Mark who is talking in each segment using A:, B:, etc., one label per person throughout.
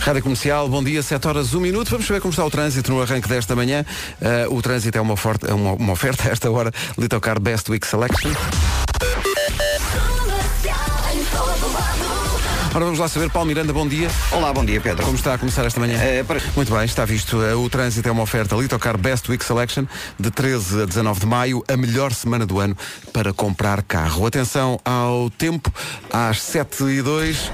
A: Rádio Comercial, bom dia, 7 horas, 1 minuto. Vamos saber como está o trânsito no arranque desta manhã. Eh, o trânsito é uma, forte- é uma- uma oferta a esta hora. Litocar Best Week Selection. Ora, vamos lá saber. Paulo Miranda, bom dia.
B: Olá, bom dia, Pedro.
A: Como está a começar esta manhã?
B: Eh, para-
A: Muito bem, está visto. Eh, O trânsito é uma oferta Litocar Best Week Selection de 13 a 19 de maio, a melhor semana do ano para comprar carro. Atenção ao tempo, às 7 e 2.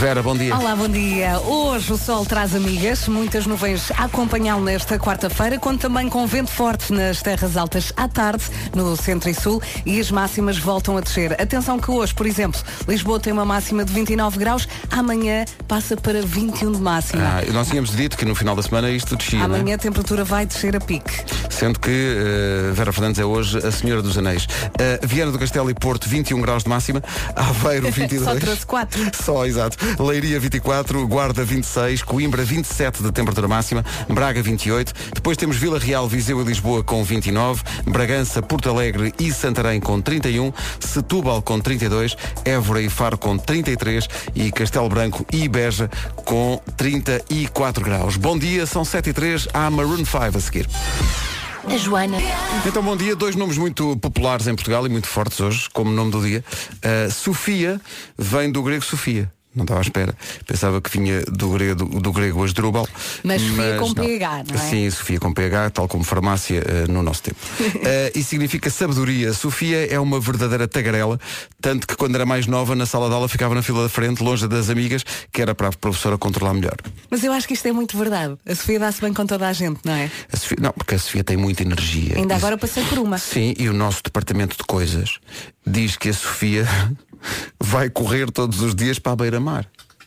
A: Vera, bom dia.
C: Olá, bom dia. Hoje o sol traz amigas, muitas nuvens a acompanhá-lo nesta quarta-feira, quando também com vento forte nas terras altas à tarde, no centro e sul, e as máximas voltam a descer. Atenção que hoje, por exemplo, Lisboa tem uma máxima de 29 graus, amanhã passa para 21 de máxima.
A: Ah, nós tínhamos dito que no final da semana isto descia, não é?
C: Amanhã a temperatura vai descer a pique.
A: sendo que eh, Vera Fernandes é hoje a Senhora dos Anéis. Eh, Viana do Castelo e Porto, 21 graus de máxima, Aveiro, 22.
C: Só trouxe quatro.
A: Só, exato. Leiria 24, Guarda 26, Coimbra 27 de temperatura máxima, Braga 28. Depois temos Vila Real, Viseu e Lisboa com 29, Bragança, Porto Alegre e Santarém com 31, Setúbal com 32, Évora e Faro com 33 e Castelo Branco e Beja com 34 graus. Bom dia, são 7 e 3, há Maroon 5 a seguir.
D: A Joana.
A: Então, bom dia. Dois nomes muito populares em Portugal e muito fortes hoje, como nome do dia. Uh, Sofia vem do grego Sofia. Não estava à espera. Pensava que vinha do grego, do grego Asdrúbal.
C: Mas Sofia com PH, não é?
A: Sim, Sofia com PH, tal como farmácia uh, no nosso tempo. Uh, e significa sabedoria. Sofia é uma verdadeira tagarela, tanto que quando era mais nova, na sala de aula, ficava na fila da frente, longe das amigas, que era para a professora controlar melhor.
C: Mas eu acho que isto é muito verdade. A Sofia dá-se bem com toda a gente, não é?
A: A Sofia- não, porque a Sofia tem muita energia.
C: Ainda
A: Isso-
C: agora passei por uma.
A: Sim, e o nosso departamento de coisas diz que a Sofia vai correr todos os dias para a beira-mar.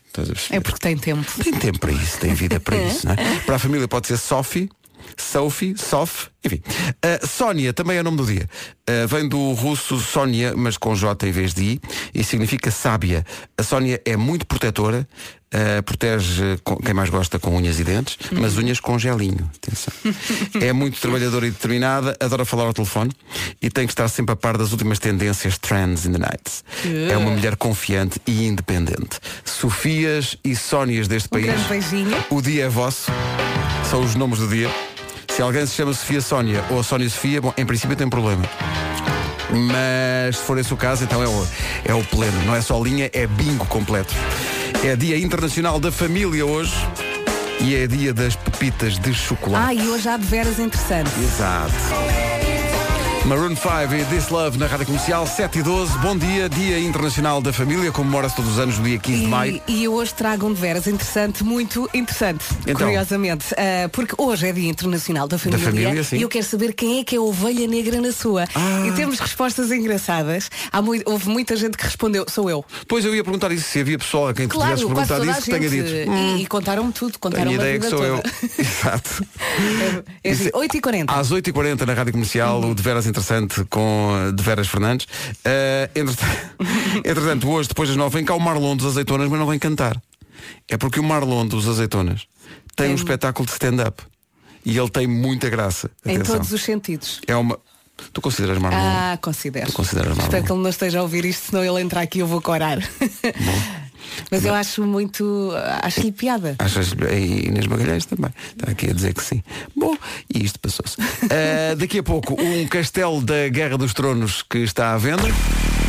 A: Estás a perceber?
C: É porque tem tempo.
A: Tem tempo para isso, tem vida para isso, não é? Para a família pode ser Sophie, Sophie, Sof, enfim. Ah, Sónia também é o nome do dia. Ah, vem do russo Sónia, mas com J em vez de I, e significa sábia. A Sónia é muito protetora, ah, protege com- quem mais gosta com unhas e dentes, mas unhas com gelinho. Atenção. é muito trabalhadora e determinada, adora falar ao telefone e tem que estar sempre a par das últimas tendências trends in the night. É uma mulher confiante e independente. Sofias e Sónias deste país.
C: Um grande beijinho.
A: O dia é vosso. São os nomes do dia. Se alguém se chama Sofia Sónia ou Sónia Sofia, bom, em princípio tem problema. Mas se for esse o caso, então é o, é o pleno. Não é só linha, é bingo completo. É Dia Internacional da Família hoje e é Dia das Pepitas de Chocolate.
C: Ah, e hoje há de veras interessante.
A: Exato. Maroon 5 e This Love na Rádio Comercial 7 e 12. Bom dia, Dia Internacional da Família, comemora-se todos os anos no dia 15 de maio.
C: E, e eu hoje trago um de veras interessante, muito interessante,
A: Então.
C: curiosamente. Ah, porque hoje é Dia Internacional da Família,
A: família, sim. Ah.
C: e eu quero saber quem é que é a ovelha negra na sua. E temos respostas engraçadas. Há mui- houve muita gente que respondeu, sou eu.
A: Pois eu ia perguntar isso, se havia pessoal a quem
C: Claro,
A: pudesse
C: quase
A: perguntar
C: toda a
A: isso, que tenha
C: gente.
A: dito.
C: E-
A: "Hum,
C: E, contaram-me tudo,
A: Tenho
C: contaram-me a
A: ideia
C: vida
A: que sou eu.
C: toda.
A: Exato.
C: É assim,
A: Isso- Ah,
C: 8h40.
A: Às 8h40 na Rádio Comercial, o De Veras Interessante com eh, De Veras Fernandes. Eh, entretanto, entretanto, hoje, depois das 9, vem cá o Marlon dos Azeitonas, mas não vem cantar. É porque o Marlon dos Azeitonas tem um espetáculo de stand-up. E ele tem muita graça.
C: Em
A: Atenção.
C: todos os sentidos.
A: É uma. Tu consideras Marlon?
C: Ah, considero.
A: Tu consideras mal,
C: Espero
A: não?
C: que ele não esteja a ouvir isto, senão ele entrar aqui e eu vou corar. Mas eu acho muito. Acho-lhe piada.
A: Achas e Inês Magalhães também? Está aqui a dizer que sim. Bom, e isto passou-se. Ah, daqui a pouco, um castelo da Guerra dos Tronos que está à venda.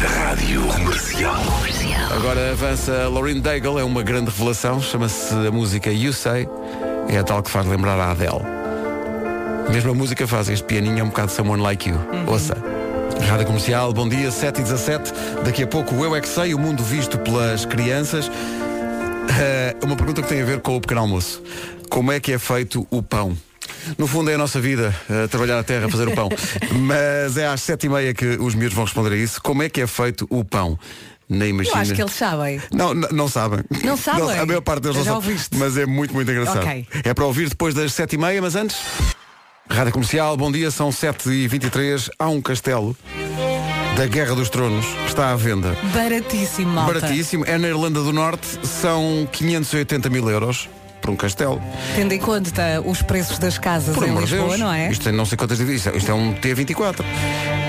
E: Rádio Comercial.
A: Agora avança Lauren Daigle, é uma grande revelação. Chama-se a música You Say. É a tal que faz lembrar a Adele. Mesmo a música faz, este pianinho é um bocado Someone Like You. Ouça. Rádio Comercial, bom dia, 7 e 17 Daqui a pouco o Eu É Que Sei, o mundo visto pelas crianças. Eh, uma pergunta que tem a ver com o pequeno almoço. Como é que é feito o pão? No fundo é a nossa vida, eh, trabalhar a terra, fazer o pão. Mas é às sete e meia que os miúdos vão responder a isso. Como é que é feito o pão? Nem
C: Eu
A: imagina.
C: acho que eles sabem.
A: Não, n- não sabem.
C: Não sabem?
A: a maior parte deles
C: Eu
A: não
C: já
A: sabe.
C: ouviste.
A: Mas é muito, muito engraçado.
C: Ok.
A: É para ouvir depois das sete e meia, mas antes... Rádio Comercial, bom dia, são 7h23. Há um castelo da Guerra dos Tronos. Está à venda.
C: Baratíssimo, malta.
A: Baratíssimo. É na Irlanda do Norte. São 580 mil euros por um castelo.
C: Tendo em conta os preços das casas
A: Por
C: em
A: amor de
C: Lisboa,
A: Deus.
C: não é?
A: Isto é não sei quantas divisas. Isto é um T24.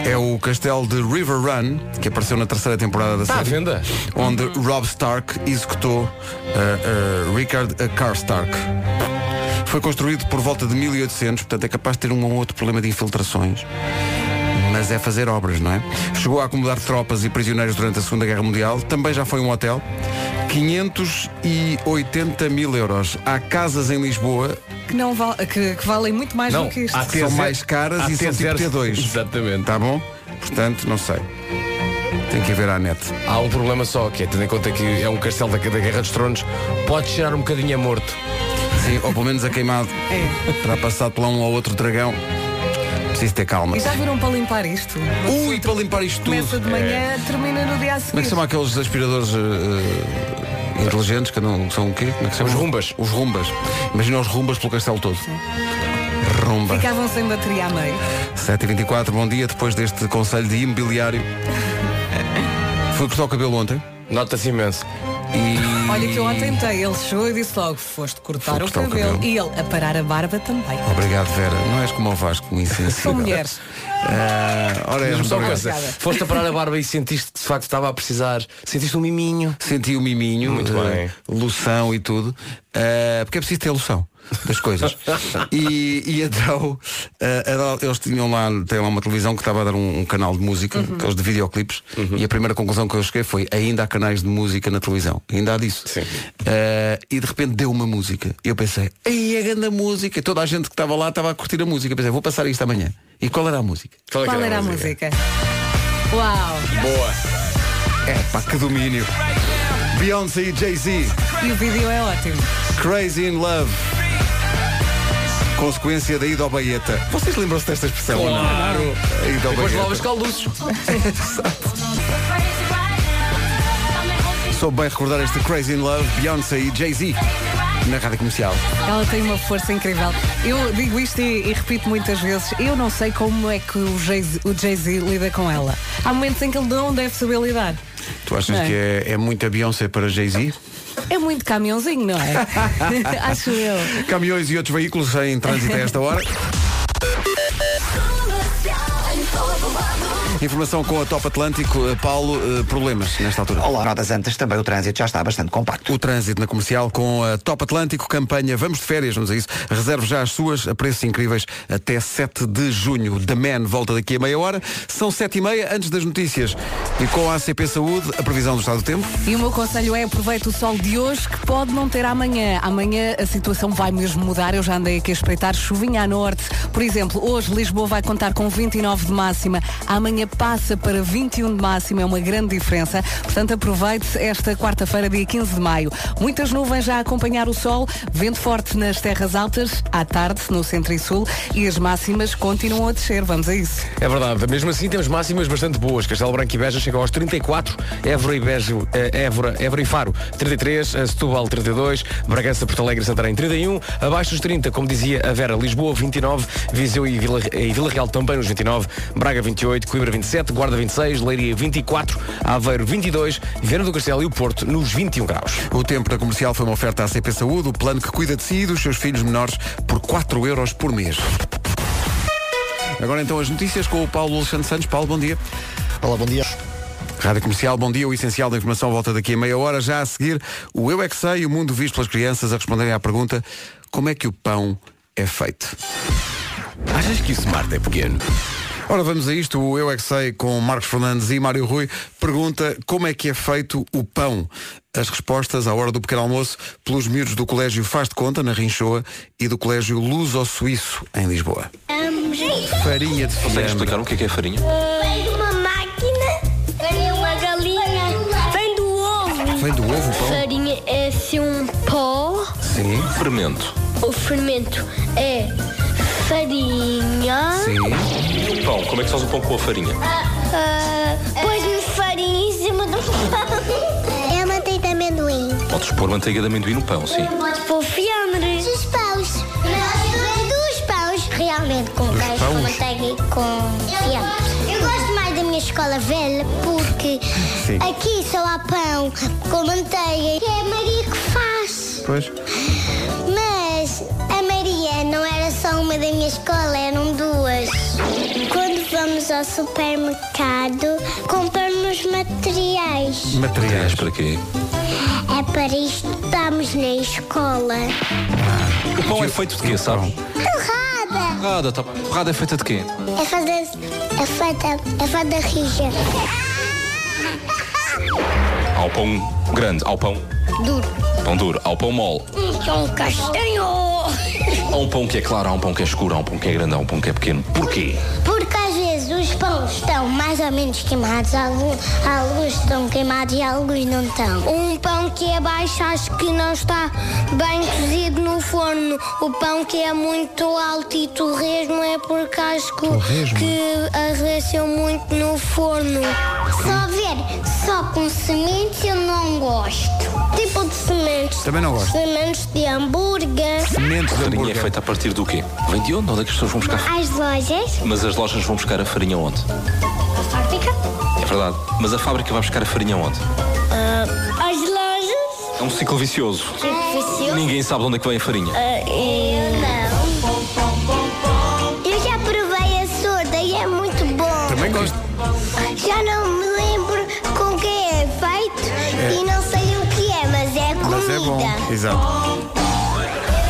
A: É o castelo de River Run, que apareceu na terceira temporada da
B: Está à
A: série.
B: venda.
A: Onde Rob Stark executou uh, uh, Richard uh, Karstark. Foi construído por volta de 1800, portanto é capaz de ter um ou outro problema de infiltrações. Mas é fazer obras, não é? Chegou a acomodar tropas e prisioneiros durante a Segunda Guerra Mundial. Também já foi um hotel. 580 mil euros. Há casas em Lisboa
C: Que, não val- que, que valem muito mais do que isto.
B: há
A: São mais caras
B: há
A: e são tipo T2.
B: Exatamente.
A: Tá bom? Portanto, não sei. Tem que ir ver à net.
B: Há um problema só, que é, tendo em conta que é um castelo da, da Guerra dos Tronos, pode cheirar um bocadinho a morto.
A: Sim, ou pelo menos a queimado.
C: É.
A: Terá passado por lá um ou outro dragão. Preciso ter calma.
C: E já viram para limpar isto?
A: Ui, para limpar isto tudo.
C: Começa
A: Como
C: de manhã, termina no dia a seguir.
A: é que se chama aqueles aspiradores eh, eh, inteligentes que não são o quê? Como é que se chama?
B: Os rumbas.
A: Os rumbas. Imagina os rumbas pelo castelo todo. Rumba.
C: Ficavam sem bateria a meio.
A: 7h24, bom dia. Depois deste conselho de imobiliário. Fui cortar o cabelo ontem.
B: Nota-se imenso.
A: E...
C: Olha que eu ontem tentei, ele chegou e disse logo, foste cortar
A: Fui
C: o,
A: cortar o
C: cabelo.
A: cabelo.
C: E ele a parar a barba também.
A: Obrigado, Vera. Não és como o Vasco, um insensível.
C: São mulheres.
A: Ah, ora, és
B: Diz-me
A: muito
B: só uma
A: obrigado.
B: coisa.
C: Obrigada.
B: Foste a parar a barba e sentiste que de facto estava a precisar. Sentiste um miminho.
A: Senti o miminho,
B: Muito
A: eh, loção e tudo, eh, porque é preciso ter loção das coisas. e, e então, eh, era- eles tinham lá, tem lá uma televisão que estava a dar um, um canal de música, aqueles de videoclipes,
B: Uhum.
A: e a primeira conclusão que eu cheguei foi ainda há canais de música na televisão, ainda há disso.
B: Sim.
A: Eh, e de repente deu uma música. E eu pensei, ei, a grande música. E toda a gente que estava lá estava a curtir a música. Eu pensei, vou passar isto amanhã. E qual era a música?
B: é que
C: Qual era a música? Uau!
B: Boa.
A: É, pá, que domínio. Beyoncé e Jay-Z,
C: E o vídeo é ótimo.
A: Crazy in Love. Consequência da ida ao baeta. Vocês lembram-se desta expressão? ou não? A ida ao
B: Depois
A: baeta.
B: lavas calduços.
A: Sou bem recordar este Crazy in Love, Beyoncé e Jay-Z, na rádio comercial.
C: Ela tem uma força incrível. Eu digo isto e, e repito muitas vezes, eu não sei como é que o Jay-Z o Jay-Z lida com ela. Há momentos em que ele não deve saber lidar.
A: Tu achas
C: Bem.
A: que é, é muita Beyoncé para Jay-Z?
C: É muito caminhãozinho, não é? Acho eu.
A: Caminhões e outros veículos em trânsito a esta hora. Informação com a Top Atlântico. Eh, Paulo, eh, problemas nesta altura?
F: Olá, Rodas Antas, também o trânsito já está bastante compacto.
A: O trânsito na comercial com a Top Atlântico, campanha Vamos de Férias, vamos a isso. Reserve já as suas a preços incríveis até 7 de junho. The Man volta daqui a meia hora. São 7 e meia antes das notícias. E com a ACP Saúde, a previsão do estado do tempo.
C: E o meu conselho é aproveita o sol de hoje que pode não ter amanhã. Amanhã a situação vai mesmo mudar. Eu já andei aqui a espreitar chuvinha à norte. Por exemplo, hoje Lisboa vai contar com 29 de máxima. Amanhã passa para 21 de máxima. É uma grande diferença. Portanto, aproveite esta quarta-feira, dia 15 de maio. Muitas nuvens já a acompanhar o sol. Vento forte nas terras altas. À tarde, no centro e sul. E as máximas continuam a descer. Vamos a isso.
B: É verdade, mesmo assim temos máximas bastante boas. Castelo Branco e Beja chegam aos 34, Évora e, Beja, eh, Évora, Évora e Faro 33, eh, Setúbal 32, Bragança, Porto Alegre e Santarém 31, abaixo dos 30, como dizia a Vera, Lisboa 29, Viseu e Vila, eh, e Vila Real também nos 29, Braga 28, Coimbra 27, Guarda 26, Leiria 24, Aveiro 22, Viana do Castelo e o Porto nos 21 graus.
A: O tempo da comercial foi uma oferta à ACP Saúde, o plano que cuida de si e dos seus filhos menores por 4 euros por mês. Agora então as notícias com o Paulo Alexandre Santos. Paulo, bom dia.
G: Olá, bom dia.
A: Rádio Comercial, bom dia. O essencial da informação volta daqui a meia hora. Já a seguir, o Eu É Que Sei, o mundo visto pelas crianças, a responderem à pergunta como é que o pão é feito.
E: Achas que o smart é pequeno?
A: Ora, vamos a isto. O Eu É Que Sei com Marcos Fernandes e Mário Rui pergunta como é que é feito o pão. As respostas à hora do pequeno almoço pelos miúdos do Colégio Faz de Conta, na Rinchoa, e do Colégio Luz ao Suíço, em Lisboa. Farinha de
E: Consegues
A: fiambre.
E: explicar o que é que é farinha?
H: Vem de uma máquina, vem uma galinha, vem Então? do ovo.
A: Vem do ovo o pão?
H: Farinha é assim um pó,
A: Sim.
E: Fermento.
H: o fermento é farinha.
A: Sim.
E: E o pão? Como é que se faz o pão com a farinha?
H: Ah, Põe-me farinha em cima do pão. É a manteiga de amendoim.
E: Podes pôr manteiga de amendoim no pão, sim.
H: Pode pôr fiambre. Dos paus. Dos paus. Realmente com queijo, com manteiga e com fiambre. Eu gosto mais da minha escola velha porque aqui só há pão com manteiga. Que é a Maria que faz.
A: Pois.
H: Mas a Maria não era só uma da minha escola, eram duas. Quando vamos ao supermercado, compramos materiais.
A: Materiais.
E: Mas para quê?
H: É para estarmos na escola.
E: O pão é feito de quê, sabes?
H: Torrada!
E: Porrada, tá bem. Porrada é feita de quê?
H: É fazer. É fazer. É fazer rija.
E: Há o pão grande, há o pão.
H: Duro.
E: Pão duro, há o pão mole.
H: Que é um castanho!
E: Há um pão que é claro, há um pão que é escuro, há um pão que é grande, há um pão que é pequeno. Porquê?
H: Porque às vezes os pães estão mais ou menos queimados, alguns, alguns estão queimados e alguns não estão. Um pão que é baixo acho que não está bem cozido no forno. O pão que é muito alto e torresmo é porque acho que, que arreceu muito no forno. Só ver, só com sementes eu não gosto. Tipo de sementes.
A: Também não gosto.
H: Sementes de hambúrguer.
A: Sementes de
E: Farinha é
A: hambúrguer.
E: feita a partir do quê? Vem de onde? Onde é que as pessoas vão buscar?
H: As lojas.
E: Mas as lojas vão buscar a farinha onde?
H: A fábrica.
E: É verdade. Mas a fábrica vai buscar a farinha onde?
H: As lojas.
E: É um ciclo vicioso. Ninguém sabe de onde é que vem a farinha.
H: Eu não. Eu já provei a soda e é muito bom.
A: Também gosto.
H: Já não me lembro com que é feito e não sei o que é, mas é comida.
A: Mas é bom. Exato.
H: Eu é que sei, eu é que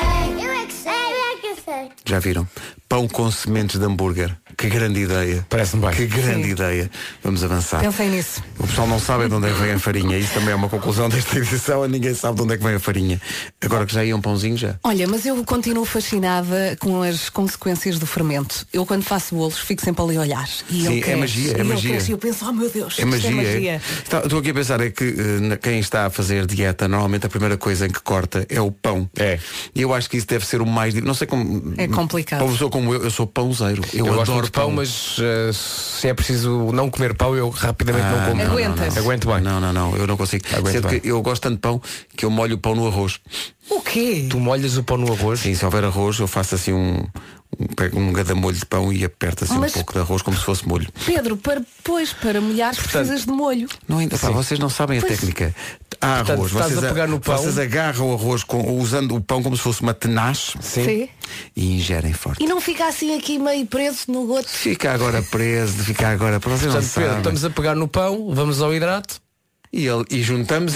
H: sei, eu é que sei, eu é que sei.
A: Já viram? Pão com sementes de hambúrguer. Que grande ideia.
B: Parece-me bem.
A: Que grande
C: Sim.
A: ideia. Vamos avançar.
C: Pensei nisso.
A: O pessoal não sabe de onde é que vem a farinha. Isso também é uma conclusão desta edição. Ninguém sabe de onde é que vem a farinha. Agora que já ia um pãozinho, já.
C: Olha, mas eu continuo fascinada com as consequências do fermento. Eu quando faço bolos fico sempre ali a olhar. E
A: Sim,
C: ele
A: é
C: cresce,
A: magia, é
C: e ele
A: magia.
C: cresce, E eu penso, oh meu Deus,
A: É
C: isto
A: magia.
C: é
A: é?
C: magia.
A: Está- Estou aqui a pensar é que eh, na- quem está a fazer dieta, normalmente a primeira coisa em que corta é o pão.
B: É.
A: E eu acho que isso deve ser o mais. di- Não sei como.
C: É complicado.
A: Para uma pessoa como eu, eu sou pãozeiro. Eu,
B: Eu,
A: adoro
B: gosto muito de pão,
A: pão
B: mas eh, se é preciso não comer pão, eu rapidamente
A: Ah,
B: não como.
A: não,
C: Aguentas. não, não.
B: Aguento bem.
A: Não, não, não, eu não consigo.
B: Aguento
A: Sendo
B: bem.
A: que eu gosto tanto de pão que eu molho o pão no arroz.
C: O quê?
B: Tu molhas o pão no arroz.
A: Sim, se houver arroz, eu faço assim um, um, pego um gadamolho de pão e aperto
B: Ah,
A: assim
C: Mas-
A: um pouco de arroz como se fosse molho.
C: Pedro, para, pois, para molhares precisas de molho.
A: Não ainda, pá, vocês não sabem a
C: Pois.
A: técnica. Há
B: Portanto,
A: arroz,
B: estás
A: vocês,
B: a pegar no pão.
A: vocês agarram o arroz com, usando o pão como se fosse uma tenaz
C: Sim.
A: e ingerem forte.
C: E não fica assim aqui meio preso no goto.
A: Fica agora preso, fica agora preso. Vocês não
B: Portanto, Pedro,
A: sabem.
B: estamos a pegar no pão, vamos ao hidrato.
A: E, ele- e juntamos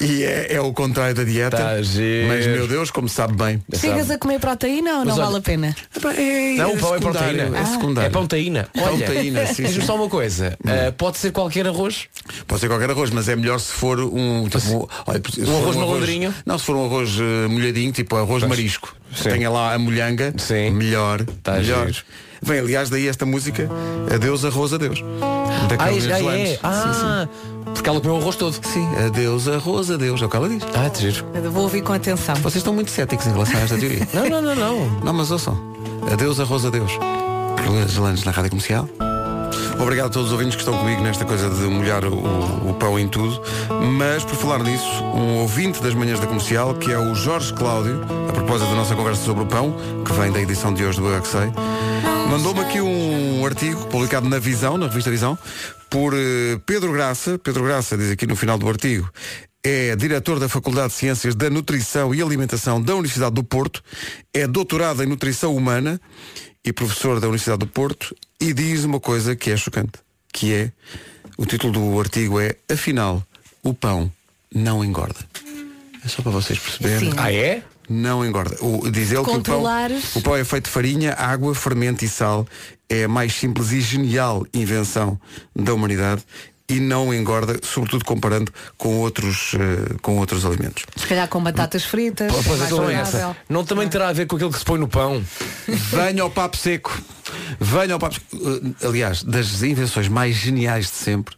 A: e, e é, é o contrário da dieta.
B: Tá giro.
A: Mas meu Deus, como sabe bem.
C: Chegas a comer proteína ou não
B: olha-
C: vale a pena?
A: É,
B: Não, o pão é
A: secundário,
B: proteína.
A: É secundário.
B: É pão taína.
A: Pão
B: Olha,
A: taína, sim,
B: Diz-me
A: sim. Hum.
B: só uma coisa. eh, pode ser qualquer arroz?
A: Pode ser qualquer arroz, mas é melhor se for um tipo, olha, se for
B: arroz malandrinho?
A: Não, se for um arroz eh, molhadinho, tipo arroz marisco.
B: Sim.
A: Tenha lá a molhanga,
B: Sim.
A: melhor,
B: Tá
A: melhor.
B: giro.
A: Vem, aliás, daí esta música, Adeus Arroz, Adeus. Da
B: Ah,
A: Carolina
B: já
A: Landes.
B: é. Ah, porque ela comeu o arroz todo.
A: Sim, sim. Adeus Arroz, Adeus, é o que ela diz.
B: Ah, que giro.
C: Vou ouvir com atenção.
A: Vocês estão muito céticos em relação a esta teoria.
B: Não, não, não, não.
A: Não, mas ouçam. Adeus, arroz, adeus. Carolina Landes na Rádio Comercial. Obrigado a todos os ouvintes que estão comigo nesta coisa de molhar o, o pão em tudo. Mas, por falar nisso, um ouvinte das manhãs da comercial, que é o Jorge Cláudio, a propósito da nossa conversa sobre o pão, que vem da edição de hoje do Eu É Que Sei, mandou-me aqui um artigo publicado na Visão, na revista Visão, por eh, Pedro Graça. Pedro Graça diz aqui no final do artigo. É diretor da Faculdade de Ciências da Nutrição e Alimentação da Universidade do Porto, é doutorado em Nutrição Humana e professor da Universidade do Porto e diz uma coisa que é chocante, que é, o título do artigo é, afinal, o pão não engorda. É só para vocês perceberem.
C: Sim.
B: Ah, é?
A: Não engorda. O, diz ele que o pão,
C: Controlares.
A: o pão é feito de farinha, água, fermento e sal. É a mais simples e genial invenção da humanidade e não engorda, sobretudo comparando com outros, eh, com outros alimentos.
C: Se calhar com batatas fritas.
B: Pois
C: mais
B: a questão é
C: saudável.
B: essa. Não também terá a ver com aquilo que se põe no pão.
A: Venha ao papo seco. Venha ao papo seco. Eh, Aliás, das invenções mais geniais de sempre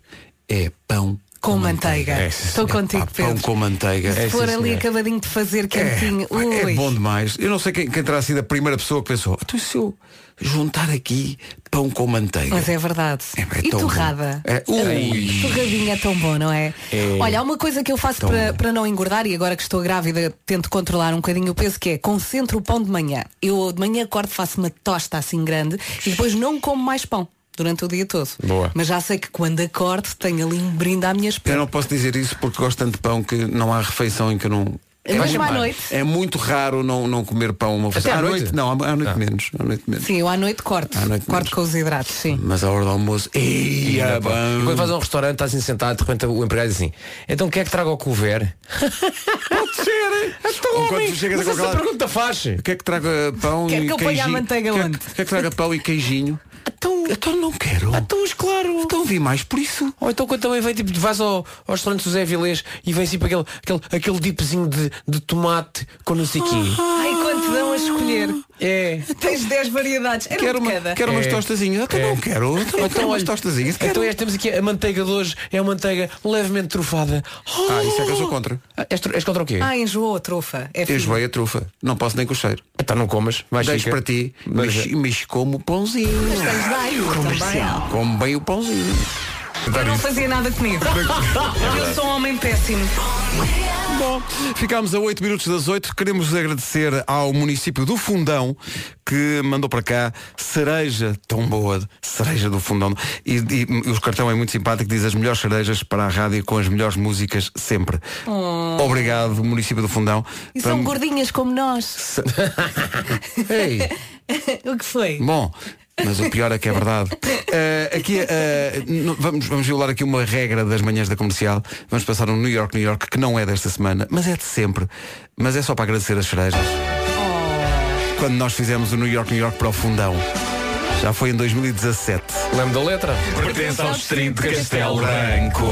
A: é pão
C: Com manteiga.
A: É, sim,
C: Estou
A: senhor.
C: contigo,
A: Pá, Pão
C: Pedro.
A: com manteiga.
C: Se
A: É,
C: for
A: sim,
C: ali
A: senhor.
C: acabadinho de fazer quentinho.
A: pá, é
C: ui.
A: bom demais. Eu não sei quem, quem terá sido a primeira pessoa que pensou, então e se eu juntar aqui pão com manteiga.
C: Mas é verdade.
A: É, pá, é
C: e
A: tão bom.
C: torrada.
A: É, ui.
C: Torradinha é tão bom, não é? Olha, há uma coisa que eu faço para, para não engordar e agora que estou grávida tento controlar um bocadinho o peso que é concentro o pão de manhã. Eu de manhã acordo, faço uma tosta assim grande e depois não como mais pão durante o dia todo.
B: Boa.
C: Mas já sei que quando acordo tenho ali um brinde à minha
A: Eu
C: espera.
A: não posso dizer isso porque gosto tanto de pão que não há refeição em que eu não
C: É Mesmo
B: mais
C: à
B: em
C: noite.
A: É muito raro não, não comer pão uma vez.
B: Até à
A: À
B: noite?
A: noite Tá. não, à à noite menos. À noite menos.
C: Sim, eu à noite corto.
A: À noite
C: corto
A: mesmo.
C: com os hidratos, sim.
A: Mas à hora do almoço. Ei, é bom.
B: E Quando vais a um restaurante, estás assim sentado, de repente o empregado diz assim, então quer que traga o couver?
A: Pode ser.
B: Então,
A: Ou
B: homem,
A: quando tu chegas a
B: mas essa
A: qualquer lado,
B: pergunta faz.
A: Quer que traga pão
C: Quer
A: e
C: que eu ponha a
A: queijinho?
C: manteiga
A: quer,
C: onde?
A: Quer que traga pão e queijinho?
B: Então,
A: Então não quero.
C: Ah,
B: então, mas claro.
A: Então vi mais por isso.
B: Ou então quando também vem tipo, vais ao, ao restaurante José Vilês e vem sempre aquele, aquele, aquele dipzinho de, de tomate com não sei quê.
A: Ah,
C: Ai, quando te dão a escolher.
B: É.
C: Tens 10 variedades. Era
A: Quero,
C: um de
A: uma,
C: cada.
A: quero umas
B: É.
A: tostazinhas. Então
B: É.
A: não quero. Então é não quero umas
B: olha,
A: tostazinhas. Quero.
B: Então esta, temos aqui a manteiga de hoje, é uma manteiga levemente trufada.
A: Ah, isso é que eu sou contra.
B: Ah, És, tru- és contra o quê?
C: Ah, enjoou a trofa. É fino.
A: Enjoei a trufa. Não posso nem com o cheiro.
B: Então não comas, vais
A: Deixo
B: fica.
A: para ti.
B: Mas-
A: Mas, mas como o pãozinho.
C: Tens de alho também.
A: Como bem o pãozinho.
C: Eu não fazia nada comigo. Eu sou um homem péssimo.
A: Bom, ficámos a 8 minutos das 8. Queremos agradecer ao município do Fundão que mandou para cá cereja tão boa, cereja do Fundão. E, e, o cartão é muito simpático, diz as melhores cerejas para a rádio com as melhores músicas sempre. Obrigado, município do Fundão.
C: Oh. E
A: Para-
C: são gordinhas como nós.
A: Ei,
C: O que foi?
A: Bom, mas o pior é que é verdade. Eh, aqui eh, no- vamos, vamos violar aqui uma regra das manhãs da comercial. Vamos passar um New York, New York, que não é desta semana, mas é de sempre. Mas é só para agradecer as cerejas. Quando nós fizemos o New York, New York para o fundão. Já foi em 2017.
B: Lembro da letra?
E: Pertence ao distrito de Castelo Branco.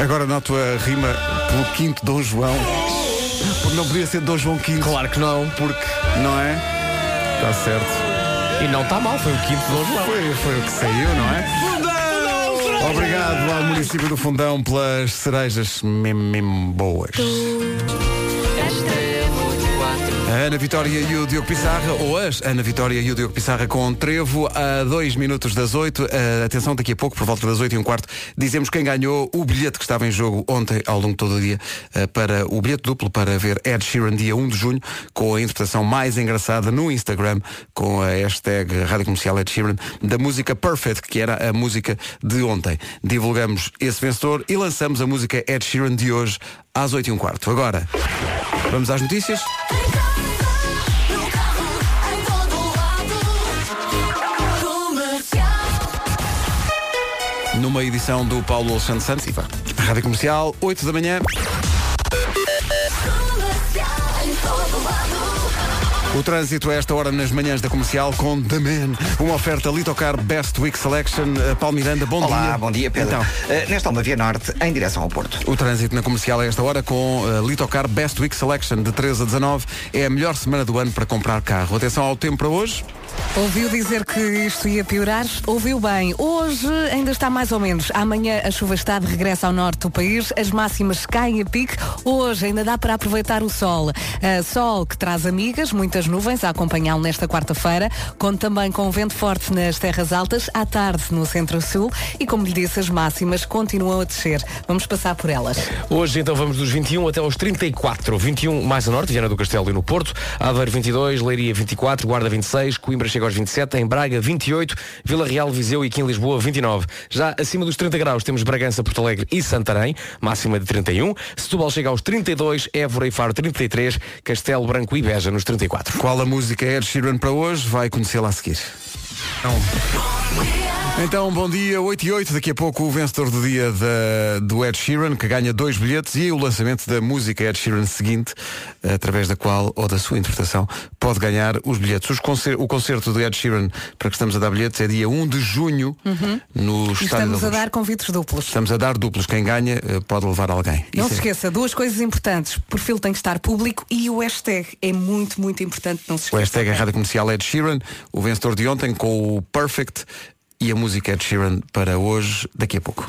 A: Agora noto a rima pelo quinto Dom João. Porque não podia ser Dom João V.
B: Claro que não.
A: Porque, não é? Está certo.
B: E não está mal, foi o quinto de hoje.
A: Foi, foi o que saiu, não é? Fundão! Obrigado ao município do Fundão pelas cerejas mesmo, mesmo boas. A Ana Vitória e o Diogo Pissarra, ou as Ana Vitória e o Diogo Pissarra com um trevo a dois minutos das 8. atenção, daqui a pouco, por volta das 8 e um quarto, dizemos quem ganhou o bilhete que estava em jogo ontem, ao longo de todo o dia, ah, para o bilhete duplo para ver Ed Sheeran dia 1 de junho, com a interpretação mais engraçada no Instagram, com a hashtag Rádio Comercial Ed Sheeran, da música Perfect, que era a música de ontem. Divulgamos esse vencedor e lançamos a música Ed Sheeran de hoje às 8 e um quarto. Agora, vamos às notícias. numa edição do Paulo Alexandre Santos. E vá. Rádio Comercial, 8 da manhã. O trânsito a esta hora nas manhãs da comercial com The Man. Uma oferta Litocar Best Week Selection. Eh, Paulo Miranda, bom dia.
F: Olá, bom dia, Pedro.
A: Então,
F: Eh, nesta alma via norte, em direção ao Porto.
A: o trânsito na comercial a esta hora com a Litocar Best Week Selection de 13 a 19. É a melhor semana do ano para comprar carro. Atenção ao tempo para hoje.
C: Ouviu dizer que isto ia piorar? Ouviu bem. Hoje ainda está mais ou menos. Amanhã a chuva está de regresso ao norte do país. As máximas caem a pique. Hoje ainda dá para aproveitar o sol. Ah, sol que traz amigas, muitas nuvens a acompanhá-lo nesta quarta-feira. Conto também com vento forte nas terras altas, à tarde no centro-sul. E como lhe disse, as máximas continuam a descer. Vamos passar por elas.
B: Hoje então vamos dos 21 até aos 34. 21 mais a norte, Viana do Castelo e no Porto. Aveiro 22, Leiria 24, Guarda 26, Coimbra chega aos 27, em Braga 28, Vila Real, Viseu e aqui em Lisboa 29. Já acima dos 30 graus temos Bragança, Porto Alegre e Santarém, máxima de 31. Setúbal chega aos 32, Évora e Faro 33, Castelo Branco e Beja nos 34.
A: Qual a música Ed Sheeran para hoje? Vai conhecê-la a seguir. Então, então, bom dia, 8 e 8. Daqui a pouco o vencedor do dia da- do Ed Sheeran, que ganha dois bilhetes e o lançamento da música Ed Sheeran seguinte, através da qual, ou da sua interpretação, pode ganhar os bilhetes. Os concer- o concerto do Ed Sheeran para que estamos a dar bilhetes é dia 1 de junho no
C: Uhum. E
A: Estádio
C: estamos
A: da
C: a
A: Luz.
C: dar convites duplos.
A: Estamos a dar duplos. Quem ganha eh, pode levar alguém.
C: Não
A: Isso
C: se
A: é-
C: esqueça, duas coisas importantes. O perfil tem que estar público e o hashtag é muito, muito importante. Não se
A: O
C: esqueça.
A: hashtag é Rádio Comercial Ed Sheeran, o vencedor de ontem com o Perfect e a música Ed Sheeran para hoje, daqui a pouco.